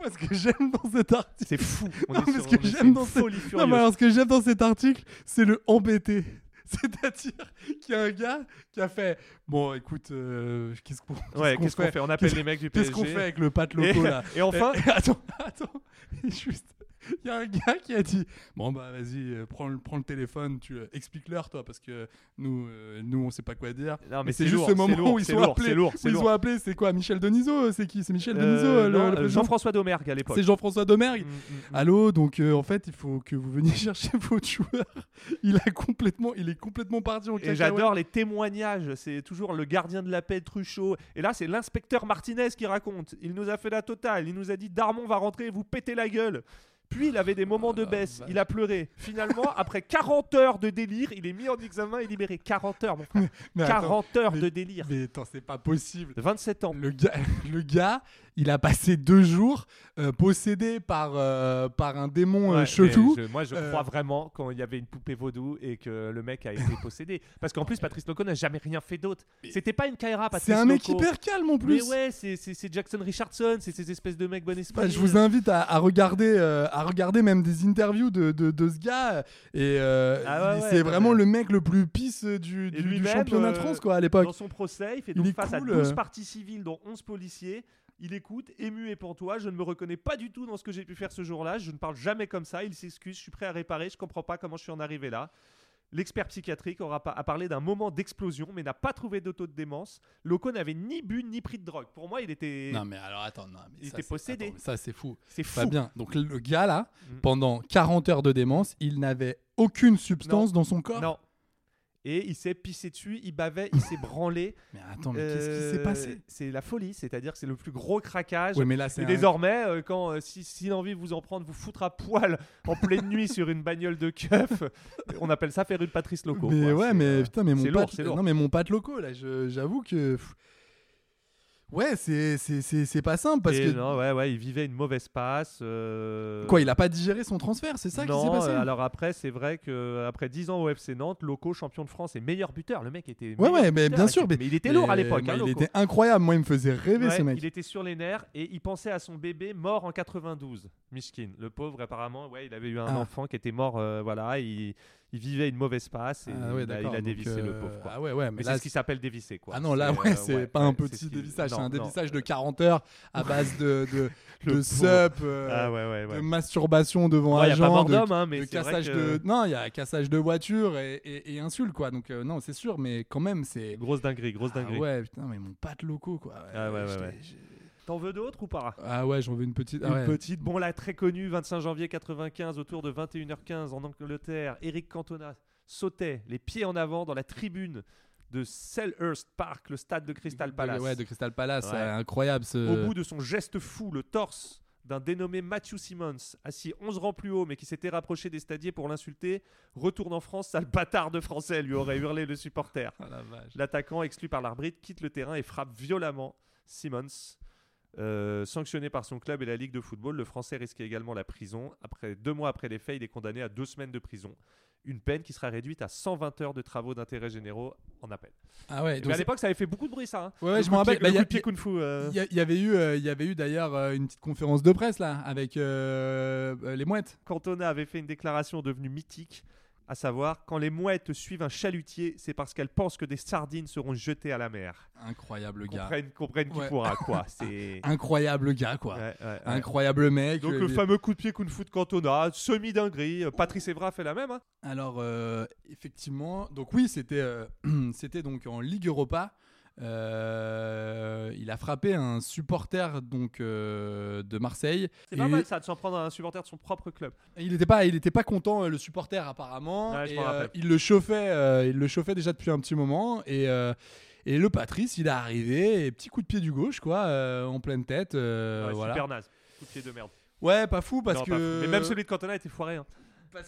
Moi, ce que j'aime dans cet article. C'est fou. On Non, est mais sur- ce que on est- c'est j'aime une dans cet- folie Non, furieuse. mais alors, ce que j'aime dans cet article, c'est le embêté. C'est-à-dire qu'il y a un gars qui a fait Bon, écoute, euh, qu'est-ce qu'on Ouais, qu'est-ce qu'on fait On appelle qu'est-ce- les mecs du Qu'est-ce qu'on PSG? fait avec le pâte loco Et- là et enfin- Euh, Attends, attends. Juste, il y a un gars qui a dit Bon, bah vas-y, euh, prends, le- prends le téléphone, tu euh, explique-leur, toi, parce que nous, euh, nous on sait pas quoi dire. Non, mais Et c'est c'est juste lourd, ce c'est moment lourd, où ils c'est sont lourd, appelés. c'est lourd, où c'est ils lourd. sont appelés, c'est quoi Michel Denisot C'est qui C'est Michel Denisot Euh, euh, le- non, le euh, président Jean-François Domergue à l'époque. Mm, C'est Jean-François Domergue. Allô, donc euh, en fait, il faut que vous veniez chercher votre joueur. Il a complètement, il est complètement parti en Et cacahuète. j'adore les témoignages. C'est toujours le gardien de la paix, Truchot. Et là, c'est l'inspecteur Martinez qui raconte. Il nous a fait la totale. Il nous a dit Darmon va rentrer et vous péter la gueule. Puis il avait des moments de baisse, il a pleuré. Finalement, après 40 heures de délire, il est mis en examen et libéré. 40 heures, mon frère. Mais attends, 40 heures de délire. Mais attends, c'est pas possible. 27 ans. Le gars, le gars, il a passé deux jours euh, possédé par euh, par un démon euh, Ouais, chelou. mais je- moi, je Euh, crois vraiment quand il y avait une poupée vaudou et que le mec a été possédé. Parce qu'en plus, Patrice Loco n'a jamais rien fait d'autre. C'était pas une Kaira, Ah, Patrice C'est un mec Loco. hyper calme, en plus. Mais ouais, c'est- c'est c'est Jackson Richardson, c'est ces espèces de mecs bon esprit. euh, Bah, je vous invite à, à regarder, euh, à regarder même des interviews de, de, de ce gars. Et euh, Ah ouais, il- ouais, c'est non, vraiment le mec le plus pisse du, Et du- du lui-même, championnat de euh, France quoi à l'époque. Dans son procès, il fait Il donc est face cool, à 12 euh. parties civiles, dont 11 policiers. Il écoute, ému et pantois. Je ne me reconnais pas du tout dans ce que j'ai pu faire ce jour-là. Je ne parle jamais comme ça. Il s'excuse. Je suis prêt à réparer. Je comprends pas comment je suis en arrivé là. L'expert psychiatrique aura pas- a parlé d'un moment d'explosion, mais n'a pas trouvé d'auto de démence. Loco n'avait ni bu ni pris de drogue. Pour moi, il était. Non, mais alors attends, non, mais il ça, était c'est- possédé. Mm. attends, mais ça, c'est fou. C'est fou. Fabien. Donc le- le gars là, pendant 40 heures de démence, il n'avait aucune substance dans son corps. Non. Et il s'est pissé dessus, il bavait, il s'est branlé. Euh, Mais attends, mais qu'est-ce qui s'est passé C'est la folie, c'est-à-dire que c'est le plus gros craquage. Ouais, mais là, c'est Et un- désormais, euh, quand euh, si, si l'envie de vous en prendre, vous foutre à poil en pleine nuit sur une bagnole de keuf, euh, on appelle ça faire une Patrice Loco. Mais quoi. ouais, C'est, mais euh, putain, mais mon c'est lourd, pote- c'est lourd. non mais mon pote loco là, je- j'avoue que pff, ouais, c'est c'est c'est c'est pas simple parce Et que non, ouais, ouais, il vivait une mauvaise passe. euh, quoi, il a pas digéré son transfert, c'est ça qui s'est non, passé euh, alors après, c'est vrai que euh, après 10 ans au FC Nantes, Loco champion de France et meilleur buteur, le mec était. Ouais meilleur ouais, mais buteur, bien était- sûr, mais, mais il était mais- lourd à l'époque. mais hein, il Loco. était incroyable, moi il me faisait rêver Ouais, ce mec. Il était sur les nerfs et il pensait à son bébé mort en 92, Mishkin. Le pauvre, apparemment, ouais, il avait eu un Ah. enfant qui était mort, euh, voilà, il, il vivait une mauvaise passe et Ah ouais, il, a, d'accord, il a donc, dévissé euh, le pauvre. quoi. ah ouais, ouais, mais là, c'est ce qui s'appelle dévisser, quoi. Ah non, là, C'est, ouais, euh, c'est ouais, pas ouais, un c'est petit ce qui- dévissage, c'est non, un non. dévissage de 40 heures à base de, de, Le de pauvre. sup, euh, Ah ouais, ouais, ouais. de masturbation devant Ouais, y a agent, pas mort de, d'homme, hein, mais de c'est vrai cassage que- de... Non, il y a cassage de voiture et, et, et insulte, quoi. Donc euh, non, c'est sûr, mais quand même, c'est... Grosse dinguerie, grosse Ah dinguerie. ouais, putain, mais mon pâte locaux, quoi. Ah ouais, ouais, j'étais- ouais. T'en veux d'autres ou pas Ah ouais, j'en veux une petite... ah Une ouais. petite, bon là, très connue, 25 janvier 95, autour de 21h15 en Angleterre, Eric Cantona sautait les pieds en avant dans la tribune de Selhurst Park, le stade de Crystal Palace. Ouais, de Crystal Palace, Ouais. euh, incroyable ce... Au bout de son geste fou, le torse d'un dénommé Matthew Simmons, assis 11 rangs plus haut mais qui s'était rapproché des stadiers pour l'insulter, retourne en France, sale bâtard de français, lui aurait hurlé le supporter. Ah L'attaquant, exclu par l'arbitre, quitte le terrain et frappe violemment Simmons. Euh, sanctionné par son club et la Ligue de football, le Français risquait également la prison. Après deux mois après les faits, il est condamné à deux semaines de prison. Une peine qui sera réduite à 120 heures de travaux d'intérêt généraux en appel. Ah ouais, Et donc bien à c'est- l'époque, ça avait fait beaucoup de bruit, ça. hein. Ouais, ouais, Le je coup me de pied- rappelle. le Bah, y coup a- de pied kung fu. ben, euh. Il y, a- il y avait eu, euh, il y avait eu d'ailleurs euh, une petite conférence de presse là avec euh, euh, les mouettes. Cantona avait fait une déclaration devenue mythique. à savoir quand les mouettes suivent un chalutier, c'est parce qu'elles pensent que des sardines seront jetées à la mer. Incroyable gars. Comprenne, comprenne qui Ouais. pourra, quoi. C'est Incroyable gars, quoi. Ouais, ouais, ouais. Incroyable mec. Donc Euh, le lui- fameux coup de pied Kung Fu de Cantona, semi dinguerie. Euh, Patrice Evra fait la même. hein. Alors, euh, effectivement, donc oui, c'était euh, c'était donc en Ligue Europa. Euh, il a frappé un supporter donc euh, de Marseille. C'est pas Et mal ça de s'en prendre à un supporter de son propre club. Il n'était pas, il était pas content euh, le supporter apparemment. Ouais, je Et, m'en rappelle. euh, il le chauffait, euh, il le chauffait déjà depuis un petit moment. Et, euh, et le Patrice, il est arrivé, et petit coup de pied du gauche quoi, euh, en pleine tête. euh, Bah, Ouais, voilà. Super naze. Coup de pied de merde. Ouais, pas fou parce Non, pas que. fou. Mais même celui de Cantona était foiré. hein.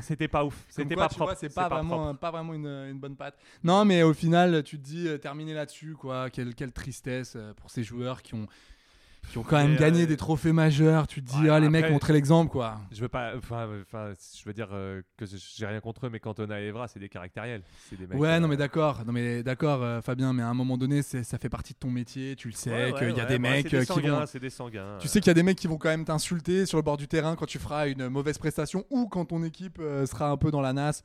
C'était pas ouf. Comme C'était quoi, pas tu propre. vois, C'est pas, propre. vraiment, pas vraiment une, une bonne patte. Non, mais au final, tu te dis, euh, terminer là-dessus, quoi. Quelle, quelle tristesse euh, pour ces joueurs qui ont, qui ont quand même Mais, gagné euh, des trophées majeurs. Tu te dis, Ouais, ah, les après, mecs, montrez l'exemple, quoi. Je veux pas. Enfin, euh, enfin, je veux dire euh, que j'ai rien contre eux, mais Cantona et Evra, c'est des caractériels. C'est des mecs. Ouais, euh, non, mais d'accord, non, mais d'accord, euh, Fabien, mais à un moment donné, c'est- ça fait partie de ton métier, tu le sais, Ouais, qu'il ouais, y a ouais, des ouais, mecs c'est des euh, qui sanguins, vont. c'est des sanguins, tu euh. sais qu'il y a des mecs qui vont quand même t'insulter sur le bord du terrain quand tu feras une mauvaise prestation ou quand ton équipe euh, sera un peu dans la nasse.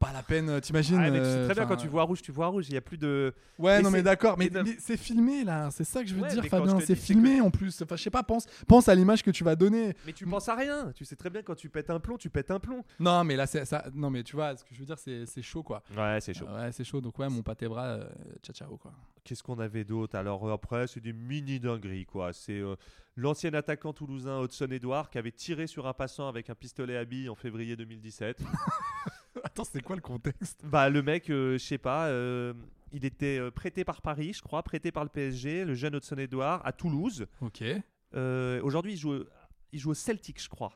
Pas la peine, euh, t'imagines Ouais, Ah, mais tu sais euh, très bien enfin, quand tu vois rouge, tu vois rouge. Il y a plus de. Ouais, Et non, c'est- mais d'accord, mais, et de- mais c'est filmé là, c'est ça que je veux Ouais, dire, mais quand Fabien, je te c'est dis, filmé en plus. Enfin, je sais pas, pense, pense à l'image que tu vas donner. Mais tu penses à rien. Tu sais très bien quand tu pètes un plomb, tu pètes un plomb. Non, mais là, c'est ça. Non, mais tu vois, ce que je veux dire, c'est c'est chaud quoi. Ouais, c'est chaud. Ah ouais, c'est chaud, donc ouais, mon pâté bras, euh, ciao ciao quoi. Qu'est-ce qu'on avait d'autre Alors euh, après, c'est des mini dingueries quoi. C'est euh, l'ancien attaquant toulousain Hudson Edouard qui avait tiré sur un passant avec un pistolet à billes en février 2017. Attends, c'est quoi le contexte Bah le mec, euh, je sais pas, euh, il était euh, prêté par Paris, je crois, prêté par le PSG, le jeune Hudson Edouard à Toulouse. Ok. Euh, Aujourd'hui, il joue, il joue au Celtic, je crois.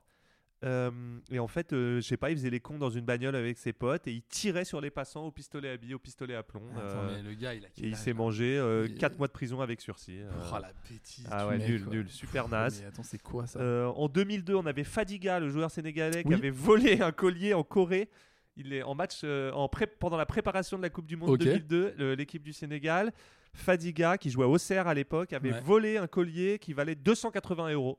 Euh, et en fait, euh, je sais pas, il faisait les cons dans une bagnole avec ses potes et il tirait sur les passants au pistolet à billes, au pistolet à plomb. Euh, Attends, mais le gars, il a quel et il âge, s'est là mangé euh, Il- 4 mois de prison avec sursis. euh. Oh, la bêtise Ah du ouais, mec, nul, quoi. nul, super Pff, naze. mais attends, c'est quoi, ça Euh, En 2002, on avait Fadiga, le joueur sénégalais, qui Oui. avait volé un collier en Corée. Il est en match euh, en pré- pendant la préparation de la Coupe du Monde Ok. 2002, le- l'équipe du Sénégal. Fadiga, qui jouait à Auxerre à l'époque, avait Ouais. volé un collier qui valait 280 euros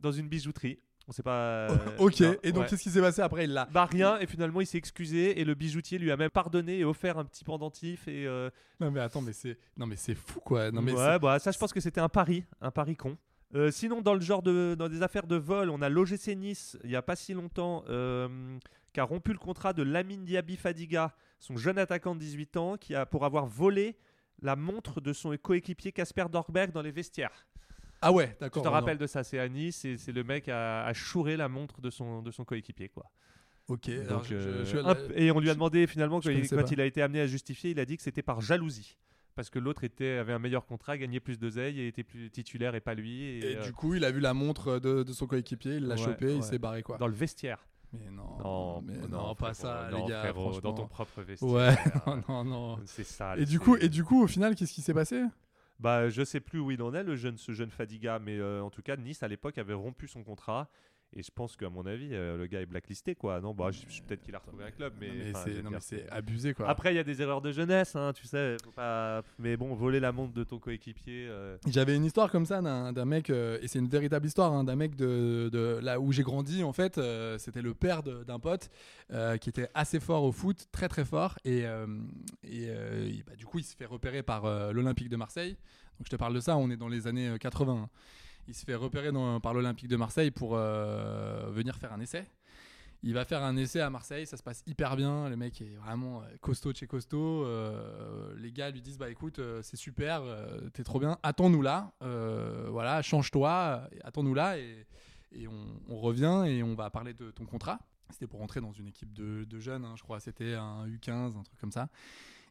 dans une bijouterie. On sait pas. euh, Ok, non, et donc ouais. qu'est-ce qui s'est passé après Il l'a. Bah rien, et finalement il s'est excusé, et le bijoutier lui a même pardonné et offert un petit pendentif. Et, euh, Non, mais attends, mais c'est non, mais c'est fou quoi. Non, mais ouais, c'est- bah, ça, je pense que c'était un pari, un pari con. Euh, sinon, dans le genre de, dans des affaires de vol, on a l'OGC Nice, il y a pas si longtemps, euh, qui a rompu le contrat de Lamine Diaby Fadiga, son jeune attaquant de 18 ans, qui a pour avoir volé la montre de son coéquipier Casper Dorberg dans les vestiaires. Ah ouais, d'accord, Tu te ouais, rappelles non. de ça, c'est à Nice, et c'est le mec à, à chourer la montre de son, de son coéquipier, quoi. Ok, Donc, alors, je- euh, je- je- hop, et on lui a demandé finalement je quand, il, connaissais quand pas. il a été amené à justifier, il a dit que c'était par jalousie parce que l'autre était avait un meilleur contrat, gagnait plus d'oseille et était plus titulaire et pas lui. Et, Et euh, du coup, il a vu la montre de, de son coéquipier, il l'a Ouais, chopé, ouais. il s'est barré quoi. Dans le vestiaire. Mais non. Non, Oh, mais non, non, pas frérot, ça, non, les gars. frérot, franchement. dans Ah, ton propre vestiaire. Ouais, non, non, non. C'est sale, Et du c'est- coup, et du coup, au final, qu'est-ce qui s'est passé Bah, je sais plus où il en est le jeune, ce jeune Fadiga, mais euh, en tout cas Nice à l'époque avait rompu son contrat. Et je pense qu'à mon avis, euh, le gars est blacklisté, quoi. Non, bah, je- je- peut-être qu'il a retrouvé un club, mais, mais enfin, c'est- je veux non, dire, mais c'est abusé, quoi. Après, il y a des erreurs de jeunesse, hein, tu sais. faut pas- Mais bon, voler la montre de ton coéquipier. euh, J'avais une histoire comme ça d'un d'un mec, euh, et c'est une véritable histoire, hein, d'un mec de, de là où j'ai grandi en fait. euh, C'était le père de- d'un pote euh, qui était assez fort au foot, très très fort, et, euh, et euh, il- bah, du coup il se fait repérer par euh, l'Olympique de Marseille. Donc je te parle de ça, on est dans les années euh, 80. hein. Il se fait repérer dans- par l'Olympique de Marseille pour euh, venir faire un essai. Il va faire un essai à Marseille, ça se passe hyper bien. Le mec est vraiment euh, costaud de chez costaud. Euh, les gars lui disent Bah écoute, euh, c'est super, euh, t'es trop bien, attends-nous là. Euh, voilà, change-toi, euh, attends-nous là. Et, et on, on revient et on va parler de ton contrat. C'était pour rentrer dans une équipe de, de jeunes, hein, je crois. C'était un U15, un truc comme ça.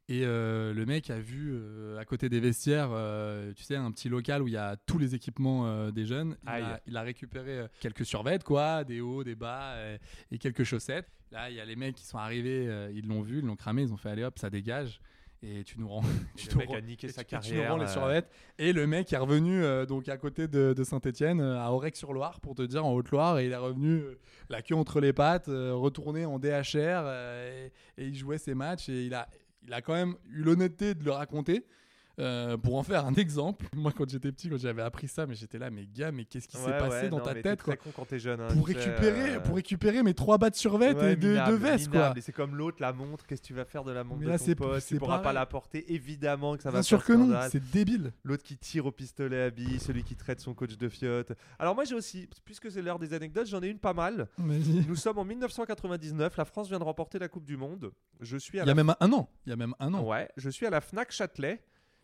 Et euh, le mec a vu euh, à côté des vestiaires, euh, tu sais, un petit local où il y a tous les équipements euh, des jeunes. Il Aïe. a, il a récupéré euh, quelques survêtements, quoi, des hauts, des bas euh, et quelques chaussettes. Là, il y a les mecs qui sont arrivés, euh, ils l'ont vu, ils l'ont cramé, ils ont fait allez hop, ça dégage. Et tu nous rends. tu le nous mec rends- a niqué et sa tu- et Tu nous carrière, rends les euh. survêtements. Et le mec est revenu euh, donc à côté de, Saint-Etienne, à Aurec-sur-Loire, pour te dire en Haute-Loire. Et il est revenu euh, la queue entre les pattes, euh, retourné en DHR. euh, et, et il jouait ses matchs. Et il a, il a quand même eu l'honnêteté de le raconter. euh, pour en faire un exemple. Moi, quand j'étais petit, quand j'avais appris ça, mais j'étais là, mais gars, mais qu'est-ce qui s'est Ouais, passé ouais, dans non, ta mais tête t'es quoi très con quand t'es jeune. hein, pour tu sais, récupérer, euh, pour récupérer mes trois bas de survêt ouais, et de, minable, de veste minable. quoi. Et c'est comme l'autre, la montre. Qu'est-ce que tu vas faire de la montre Mais de là, ton c'est- pote Tu c'est pourras pas pareil. la porter. Évidemment que ça va Bien faire sûr que non, scandale. c'est débile. L'autre qui tire au pistolet à billes, celui qui traite son coach de fiotte. Alors moi j'ai aussi, puisque c'est l'heure des anecdotes, j'en ai une pas mal. Vas-y. Nous sommes en 1999, la France vient de remporter la Coupe du Monde. Je suis à Il y a la- même un an. Il y a même un an. Ah Ouais, je suis à la Fnac Châtelet.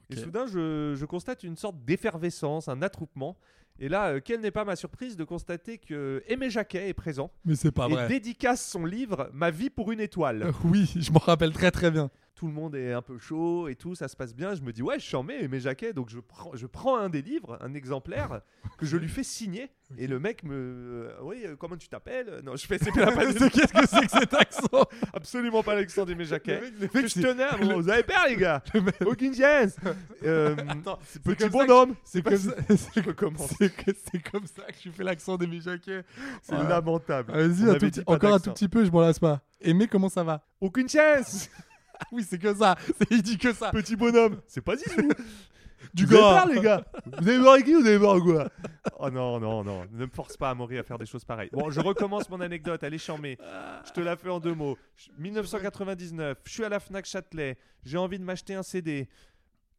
Ok. Et soudain, je, je constate une sorte d'effervescence, un attroupement. Et là, euh, quelle n'est pas ma surprise de constater que Aimé Jacquet est présent. Mais c'est pas et vrai. dédicace son livre Ma vie pour une étoile. Euh, Oui, je m'en rappelle très très bien. Tout le monde est un peu chaud et tout, ça se passe bien. Je me dis, ouais, je suis en mai, Aimé Jacquet. Donc je prends, je prends un des livres, un exemplaire, que je lui fais signer. Et le mec me. euh, Oui, euh, comment tu t'appelles Non, je fais. C'est pas la panne- C'est- Qu'est-ce que c'est que cet accent Absolument pas l'accent d'Aimé Jacquet. Le mec- le Que mec, je c'est- tenais à un moment, Vous avez peur, les gars Aucune gêne Euh, Petit comme ça que- bonhomme C'est pas comme, si- ça- Je recommence. c'est que- c'est comme ça que tu fais l'accent des Jacquet. C'est lamentable. Vas-y, un On avait tout dit petit- pas encore un d'accent. tout petit peu, je m'en lasse pas. Aimé, comment ça va Aucune chance Ah Oui, c'est que ça. C'est- Il dit que ça. Petit bonhomme C'est pas Zizou Du Vous avez gars. peur, les gars Vous avez peur avec qui Vous avez peur quoi Oh non, non, non. Ne me force pas à mourir à faire des choses pareilles. Bon, je recommence mon anecdote. Allez, charmer. Je te la fais en deux mots. Je- 1999, je suis à la Fnac Châtelet. J'ai envie de m'acheter un CD.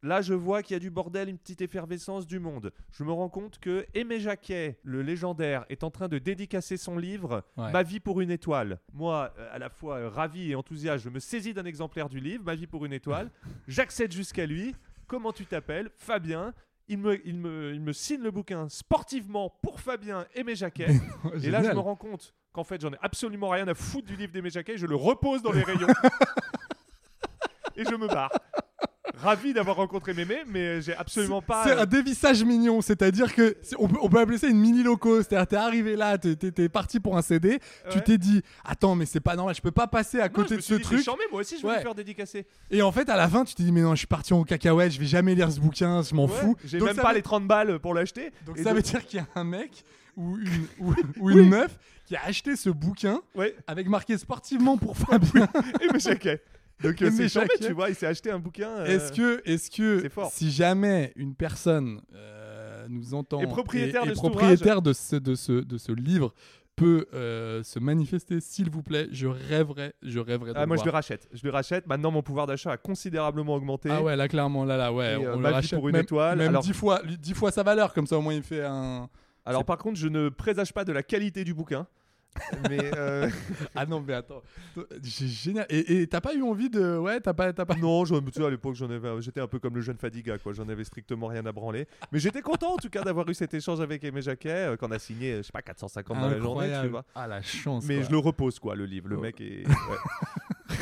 Là, je vois qu'il y a du bordel, une petite effervescence du monde. Je me rends compte que Aimé Jacquet, le légendaire, est en train de dédicacer son livre Ouais. Ma vie pour une étoile. Moi, euh, à la fois euh, ravi et enthousiaste, je me saisis d'un exemplaire du livre Ma vie pour une étoile. J'accède jusqu'à lui. Comment tu t'appelles Fabien. Il me, il, me, il me signe le bouquin sportivement pour Fabien Aimé Jacquet. et là, je Génial. me rends compte qu'en fait, j'en ai absolument rien à foutre du livre d'Aimé Jacquet. Je le repose dans les rayons. et je me barre ravi d'avoir rencontré Mémé, mais j'ai absolument pas. C'est euh, un dévissage mignon, c'est-à-dire que c'est- on peut, on peut appeler ça une mini loco. C'est-à-dire t'es arrivé là, t'es- t'es t'es parti pour un CD, tu Ouais. t'es dit attends mais c'est pas normal, je peux pas passer à non, côté je me de suis ce dit, c'est truc. charmé, moi aussi, je vais Ouais. me faire dédicacer. Et en fait à la fin tu t'es dit mais non je suis parti en cacahuète, je vais jamais lire ce bouquin, je m'en Ouais, fous. J'ai Donc, même ça pas veut- les 30 balles pour l'acheter. Donc Et ça donc- veut dire qu'il y a un mec ou une, ou, ou une meuf qui a acheté ce bouquin Ouais. avec marqué sportivement pour Fabien. Aimé Jacquet. Donc euh, Aimé c'est charmé, Jacquet. tu vois, il s'est acheté un bouquin. euh, Est-ce que, est-ce c'est que fort. si jamais une personne euh, nous entend Est propriétaire et- et de cet propriétaire de, ce, de, ce, de ce livre peut euh, se manifester, s'il vous plaît, je rêverais, je rêverais de Ah, le moi, je le voir. rachète. Je le rachète. Maintenant, mon pouvoir d'achat a considérablement augmenté. Ah ouais, là clairement, là là, ouais, Et, euh, on le ma vie rachète pour une même, étoile, même alors- 10 fois, 10 fois sa valeur, comme ça au moins il fait un. Alors, par contre, je ne présage pas de la qualité du bouquin. mais euh, Ah non mais attends, J'ai génial. Et et t'as pas eu envie de, ouais, t'as pas, t'as pas. non, je, tu vois, à l'époque, j'en avais- euh, j'étais un peu comme le jeune Fadiga, quoi. J'en avais strictement rien à branler. Mais j'étais content, en tout cas, d'avoir eu cet échange avec Aimé Jacquet, euh, qu'on a signé, je sais pas, 450 dans la journée, tu Incroyable. Oh. vois. Ah la chance. Mais quoi. je le repose, quoi, le livre. Le Ouais. mec est. ouais.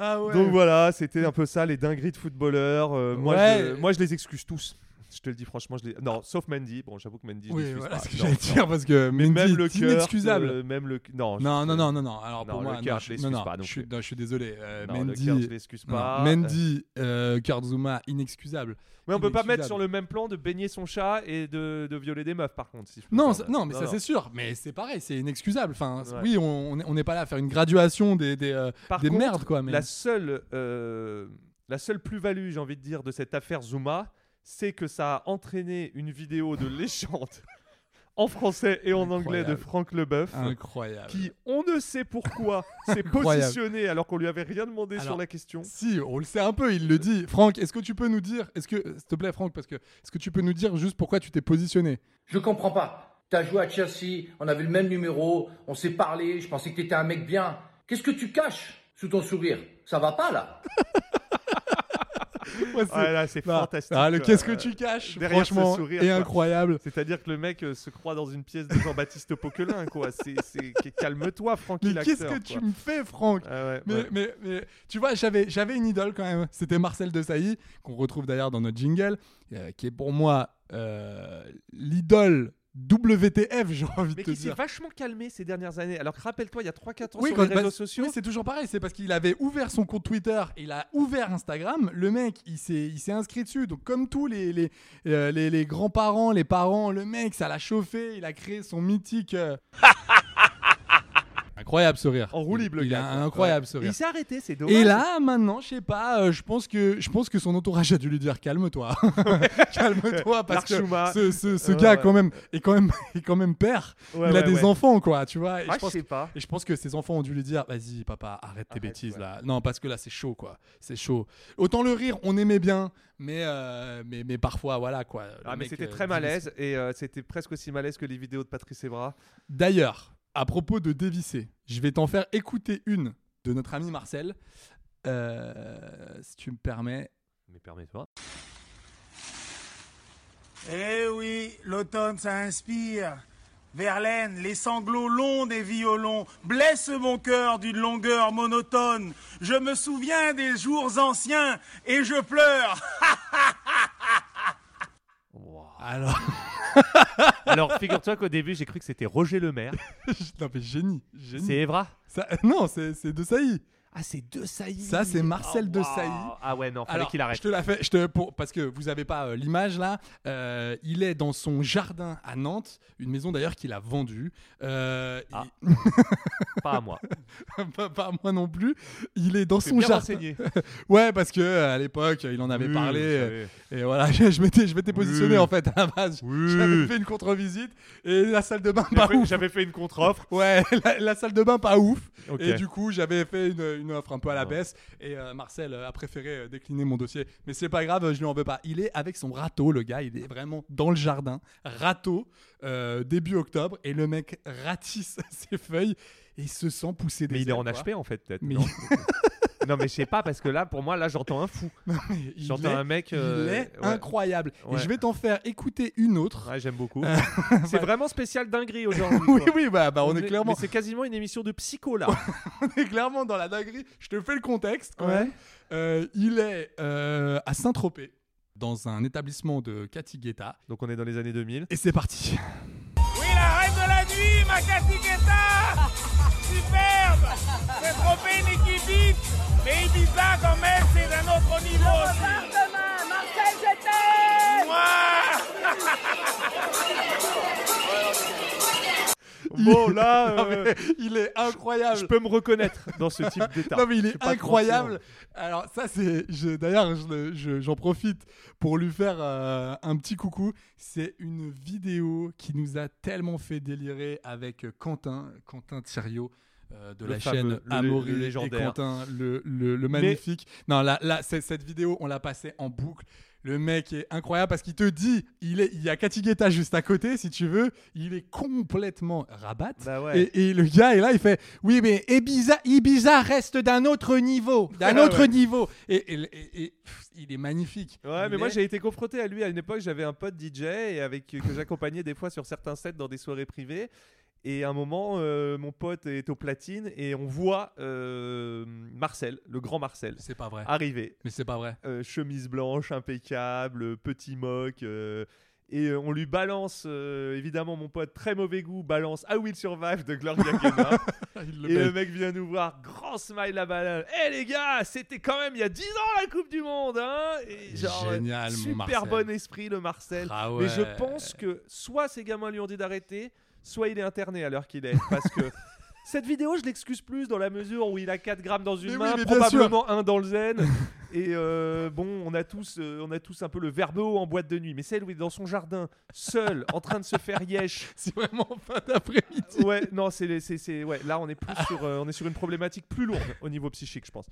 Ah ouais. Donc voilà, c'était un peu ça, les dingueries de footballeurs. Euh, moi, Ouais. je, moi, je les excuse tous. Je te le dis franchement, je les... Non, sauf Mandy. Bon, j'avoue que Mandy, je Oui, l'excuse voilà pas. ce que Non, j'allais non. dire parce que Mais même le est cœur, inexcusable. euh, même le... Non, je- Non, non, non, non, non. Alors pour non, moi, le cœur, non, je non, l'excuse non, pas. non je suis, plus. non, je suis désolé. euh, Non, le Mendy, cœur, je l'excuse non, pas. Mendy, euh, Kurzuma, inexcusable. Mais on peut pas mettre sur Inexcusable. le même plan de baigner son chat et de, de violer des meufs, par contre. si je peux Non, me ça- permettre. non, mais ça c'est sûr. Mais c'est pareil, c'est inexcusable. Enfin, Ouais. oui, on on est- on n'est pas là à faire une graduation des des, euh, Par des contre, merdes quoi. Mais La seule, euh, la seule plus-value, j'ai envie de dire, de cette affaire Zuma, c'est que ça a entraîné une vidéo de légende en français et en anglais de Incroyable. Franck Leboeuf. incroyable. Qui, on ne sait pourquoi, s'est Incroyable. positionné alors qu'on lui avait rien demandé sur Alors, la question. Si, on le sait un peu, il le dit. Franck, est-ce que tu peux nous dire, est-ce que, s'il te plaît, Franck, parce que, est-ce que tu peux nous dire juste pourquoi tu t'es positionné Je comprends pas. T'as joué à Chelsea, on avait le même numéro, on s'est parlé, je pensais que t'étais un mec bien. Qu'est-ce que tu caches sous ton sourire Ça va pas là Ouais, c'est- Ah là, c'est Bah, fantastique. ah, le quoi. qu'est-ce que Euh, tu caches derrière ce Franchement, sourire, et quoi. incroyable. C'est-à-dire que le mec euh, se croit dans une pièce de Jean-Baptiste Poquelin, quoi. C'est, c'est- qu- Calme-toi, Francky Mais qu'est-ce l'acteur, que quoi. tu me fais, Franck Ah ouais, mais, ouais. mais, mais tu vois, j'avais, j'avais une idole quand même. C'était Marcel Desailly, qu'on retrouve d'ailleurs dans notre jingle, euh, qui est pour moi euh, l'idole WTF, j'ai envie de Mais te qui s'est dire. vachement calmé ces dernières années. Alors que rappelle-toi, il y a 3-4 ans Oui, sur quand- les réseaux bah, sociaux, oui, c'est toujours pareil. C'est parce qu'il avait ouvert son compte Twitter, il a ouvert Instagram. Le mec, il s'est, il s'est inscrit dessus. Donc, comme tous les, les, euh, les, les grands-parents, les parents, le mec, ça l'a chauffé. Il a créé son mythique. euh, incroyable ce rire. Enroulable, Il le a gars, un quoi. incroyable Ouais. ce rire. Il s'est arrêté, c'est dommage. Et là, maintenant, je sais pas, euh, je pense que je pense que son entourage a dû lui dire calme-toi, calme-toi, parce que Larchouma. ce, ce- ce Ouais, gars ouais. quand même est quand même est quand même père. Ouais, il a ouais, des ouais. enfants quoi, tu vois. Et Ah, je pense sais que- pas. Et je pense que ses enfants ont dû lui dire vas-y papa, arrête tes bêtises là. Non parce que là c'est chaud quoi, c'est chaud. Autant le rire, on aimait bien, mais euh, mais mais parfois voilà quoi. Le Ah, mais mec, c'était euh, très divise- malaise et euh, c'était presque aussi malaise que les vidéos de Patrice Evra. D'ailleurs, à propos de dévisser, je vais t'en faire écouter une de notre ami Marcel. Euh, si tu me permets. Mais permets-toi. Eh oui, l'automne, ça inspire. Verlaine, les sanglots longs des violons blessent mon cœur d'une longueur monotone. Je me souviens des jours anciens et je pleure. Alors. Alors, figure-toi qu'au début, j'ai cru que c'était Roger Lemaire. non, mais génie. génie. C'est Evra Ça- Non, c'est c'est De Sailly. Ah, c'est De Sailly. Ça, c'est Marcel Oh, De waouh. Sailly. Ah ouais, non, fallait Alors, qu'il arrête. Je te la fais, je te, pour- parce que vous avez pas euh, l'image là. euh, il est dans son jardin à Nantes, une maison d'ailleurs qu'il a vendue. euh, Ah. il- Pas à moi. pas, pas à moi non plus. Il est dans T'es son bien jardin. renseigné. ouais, parce que euh, à l'époque, il en avait Oui, parlé. vous euh, savez. et voilà, je, je m'étais, je m'étais positionné en fait à la base. Oui. J'avais fait une contre-visite et la salle de bain pas fait- ouf. j'avais fait une contre-offre. Ouais, la, la salle de bain pas ouf. Ok. Et du coup, j'avais fait une, une offre un peu à la baisse. Et euh, Marcel euh, a préféré euh, décliner mon dossier. Mais c'est pas grave, je lui en veux pas. Il est avec son râteau, le gars. Il est vraiment dans le jardin. Râteau, euh, début octobre. Et le mec ratisse ses feuilles. Et il se sent pousser des Mais il est ailes, en quoi. HP en fait, peut-être. Mais- Non, Non, mais je sais pas, parce que là, pour moi, là, j'entends un fou. mais il J'entends est- un mec. il euh, est ouais. incroyable. Ouais. Et je vais t'en faire écouter une autre. Ouais, j'aime beaucoup. Euh, C'est vraiment spécial dinguerie aujourd'hui. oui, quoi. oui, bah, bah, on, est, mais clairement. C'est quasiment une émission de psycho là. on est clairement dans la dinguerie. Je te fais le contexte quand Ouais. même. Euh, il est euh, à Saint-Tropez, dans un établissement de Katigueta. Donc on est dans les années 2000. Et c'est parti. Oui, la reine de la nuit, ma Casiguetta Superbe C'est trop une équipe mais Ibiza quand même, c'est d'un autre niveau aussi Marseille, je Bon, là, Non, Ah, euh, mais il est incroyable. Je peux me reconnaître dans ce type d'état. Non, mais il Je vais est pas hein. te incroyable. mentir. Alors, ça, c'est. je- D'ailleurs, je le- je- j'en profite pour lui faire euh, un petit coucou. C'est une vidéo qui nous a tellement fait délirer avec Quentin, Quentin Thériault. euh, de Le la fameux, chaîne le- Amaury le et légendaire. Quentin, le, le- le Mais- magnifique. Non, là, là c'est- cette vidéo, on l'a passée en boucle. Le mec est incroyable parce qu'il te dit, il, est, il y a Katigueta juste à côté, si tu veux. Il est complètement rabat. Bah ouais. et, et le gars est là, il fait Oui, mais Ibiza, Ibiza reste d'un autre niveau. D'un Ah autre ouais. niveau. Et, et- et- et, pff, il est magnifique. hein. Ouais, Il mais moi est- j'ai été confronté à lui à une époque. J'avais un pote DJ et avec que j'accompagnais des fois sur certains sets dans des soirées privées. Et à un moment, euh, mon pote est au platine et on voit euh, Marcel, le grand Marcel. C'est pas vrai. Arrivé. Mais c'est pas vrai. Euh, chemise blanche, impeccable, petit moque. euh, et euh, on lui balance, euh, évidemment, mon pote, très mauvais goût, balance I Will Survive de Gloria Gaynor. Il le et le pète. mec vient nous voir, grand smile la banane. Eh les gars, c'était quand même il y a 10 ans la Coupe du Monde. Hein et genre, euh, Génial, mon Super Marcel. bon esprit, le Marcel. Ah Mais je ouais. pense que soit ces gamins lui ont dit d'arrêter, soit il est interné à l'heure qu'il est. Parce que. Cette vidéo, je l'excuse plus dans la mesure où il a 4 grammes dans une Mais oui, main, mais bien probablement un dans le zen. Et euh, bon, on a tous, euh, on a tous un peu le verbeau en boîte de nuit. Mais celle où il est dans son jardin, seul, en train de se faire yesh. C'est vraiment fin d'après-midi. Ouais, non, c'est, les- c'est, c'est- ouais. Là, on est plus sur, euh, on est sur une problématique plus lourde au niveau psychique, je pense.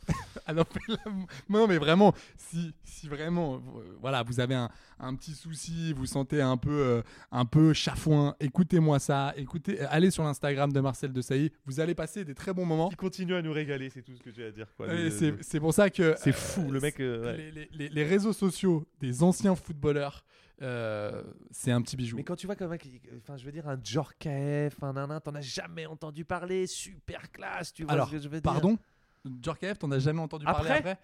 Ah non, mais là, non, mais vraiment, si, si vraiment, euh, voilà, vous avez un, un petit souci, vous sentez un peu, euh, un peu chafouin, écoutez-moi ça, écoutez, euh, allez sur l'Instagram de Marcel de Sailly, vous allez passer des très bons moments. Il continue à nous régaler, c'est tout ce que j'ai à dire. Quoi. Et Le- c'est le- c'est pour ça que. C'est euh, fou, le mec. euh, ouais. les, les- les- les réseaux sociaux des anciens footballeurs, euh, c'est un petit bijou. Mais quand tu vois comme un qui- enfin, je veux dire un Djorkaeff, un nanan, t'en as jamais entendu parler, super classe, tu vois Alors, ce que je veux dire pardon, Djorkaeff, t'en as jamais entendu parler Après après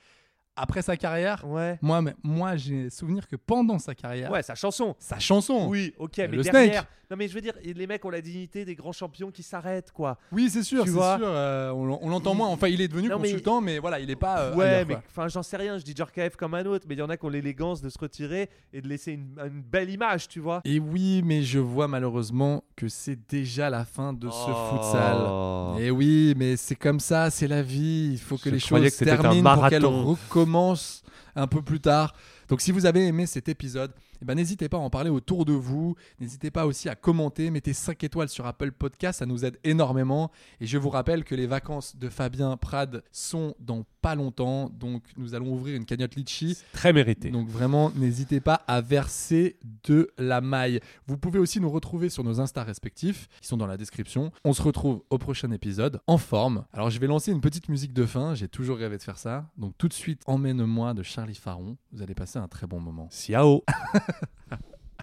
après sa carrière, ouais. moi, mais- moi j'ai souvenir que pendant sa carrière, Ouais, sa chanson. sa chanson, Oui, ok, mais Oh. le derrière. Snake. Non, mais je veux dire, les mecs ont la dignité des grands champions qui s'arrêtent, quoi. Oui, c'est sûr, Tu c'est sûr. vois euh, on l'en- on l'entend moins. Enfin, il est devenu Non, mais- consultant, mais... voilà, il est pas. euh, ouais, ailleurs, mais quoi. enfin, j'en sais rien. Je dis Djorkaeff comme un autre, mais il y en a qui ont l'élégance de se retirer et de laisser une, une belle image, tu vois. Et oui, mais je vois malheureusement que c'est déjà la fin de ce Oh. futsal. Et oui, mais c'est comme ça, c'est la vie. Il faut que Je les croyais choses se que c'était un terminent pour qu'elles marathon. recommencent un peu plus tard. Donc si vous avez aimé cet épisode, eh ben, n'hésitez pas à en parler autour de vous. N'hésitez pas aussi à commenter. Mettez 5 étoiles sur Apple Podcast, ça nous aide énormément. Et je vous rappelle que les vacances de Fabien Prade sont dans pas longtemps. Donc nous allons ouvrir une cagnotte Litchi. Très mérité. Donc vraiment, n'hésitez pas à verser de la maille. Vous pouvez aussi nous retrouver sur nos Insta respectifs, qui sont dans la description. On se retrouve au prochain épisode, en forme. Alors je vais lancer une petite musique de fin, j'ai toujours rêvé de faire ça. Donc tout de suite, emmène-moi de Charlie Faron. Vous allez passer un très bon moment. Ciao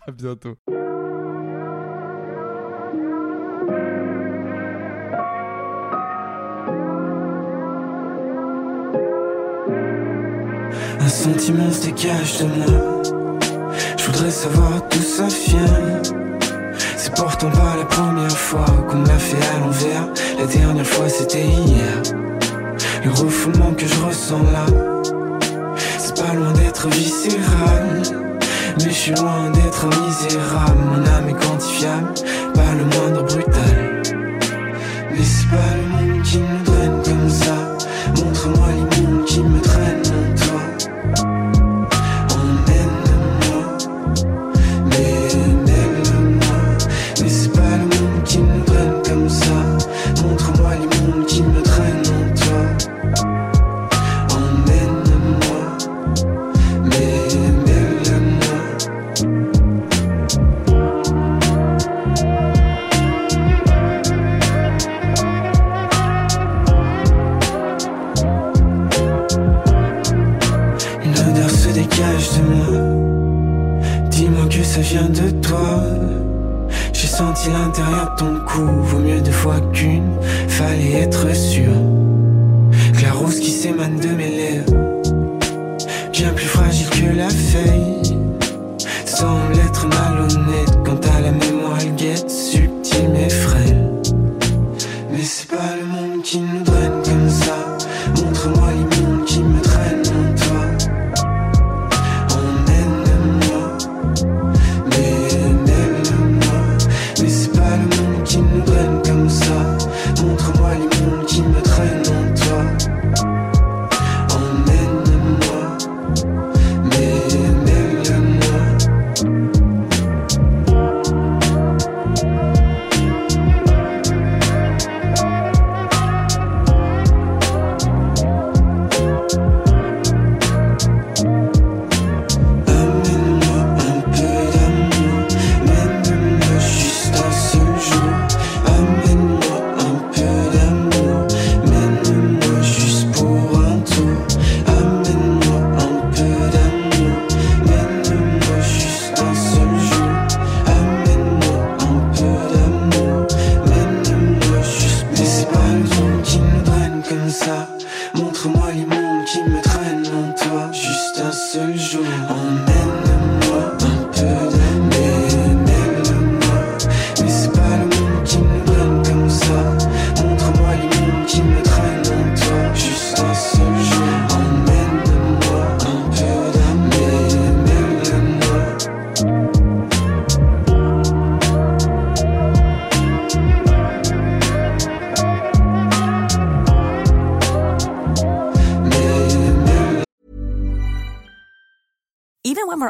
À bientôt. Un sentiment se dégage de moi. Je voudrais savoir d'où ça vient. C'est pourtant pas la première fois qu'on me l'a fait à l'envers. La dernière fois c'était hier. Le refoulement que je ressens là, c'est pas loin d'être viscéral. Mais je suis loin d'être un misérable. Mon âme est quantifiable, pas le moindre brutal. Mais c'est pas le monde qui me donne comme ça. Montre-moi les mondes qui me traînent en toi. Mais c'est pas le monde qui me traîne comme ça. Montre-moi les mondes qui me traînent en toi. Emmène-moi, mais mêle-moi. Une odeur se dégage de moi. Dis-moi que ça vient de toi. J'ai senti l'intérieur de ton cou. Vaut mieux deux fois qu'une. Fallait être sûr. Que la rose qui s'émane de mes lèvres. Bien plus fragile que la feuille. Semble être malhonnête quant à la mémoire, elle guette subtile mais frêle. Mais c'est pas le monde qui nous draine comme ça. Montre-moi les mondes qui me traînent en toi. Emmène-moi, mais mêle-moi. Mais c'est pas le monde qui nous draine comme ça. Montre-moi les mondes qui me traînent en toi. Emmène-moi, mais mêle-moi. Amène-moi juste un seul jour. Amène-moi un peu d'amour. Mène-moi juste pour un tour. Amène-moi un peu d'amour. Mène-moi juste un seul jour. Amène-moi un peu d'amour. Mène-moi juste. Mais c'est pas le monde qui me draine comme ça. Montre-moi les mondes qui me traînent en toi. Juste un seul jour. Emmène-moi un peu d'amour. Mène-moi. Mais c'est pas le monde qui me draine comme ça. Montre-moi les mondes qui me traînent en toi. Juste un seul jour. Emmène-moi un peu d'amour. Mène-moi. Even when we're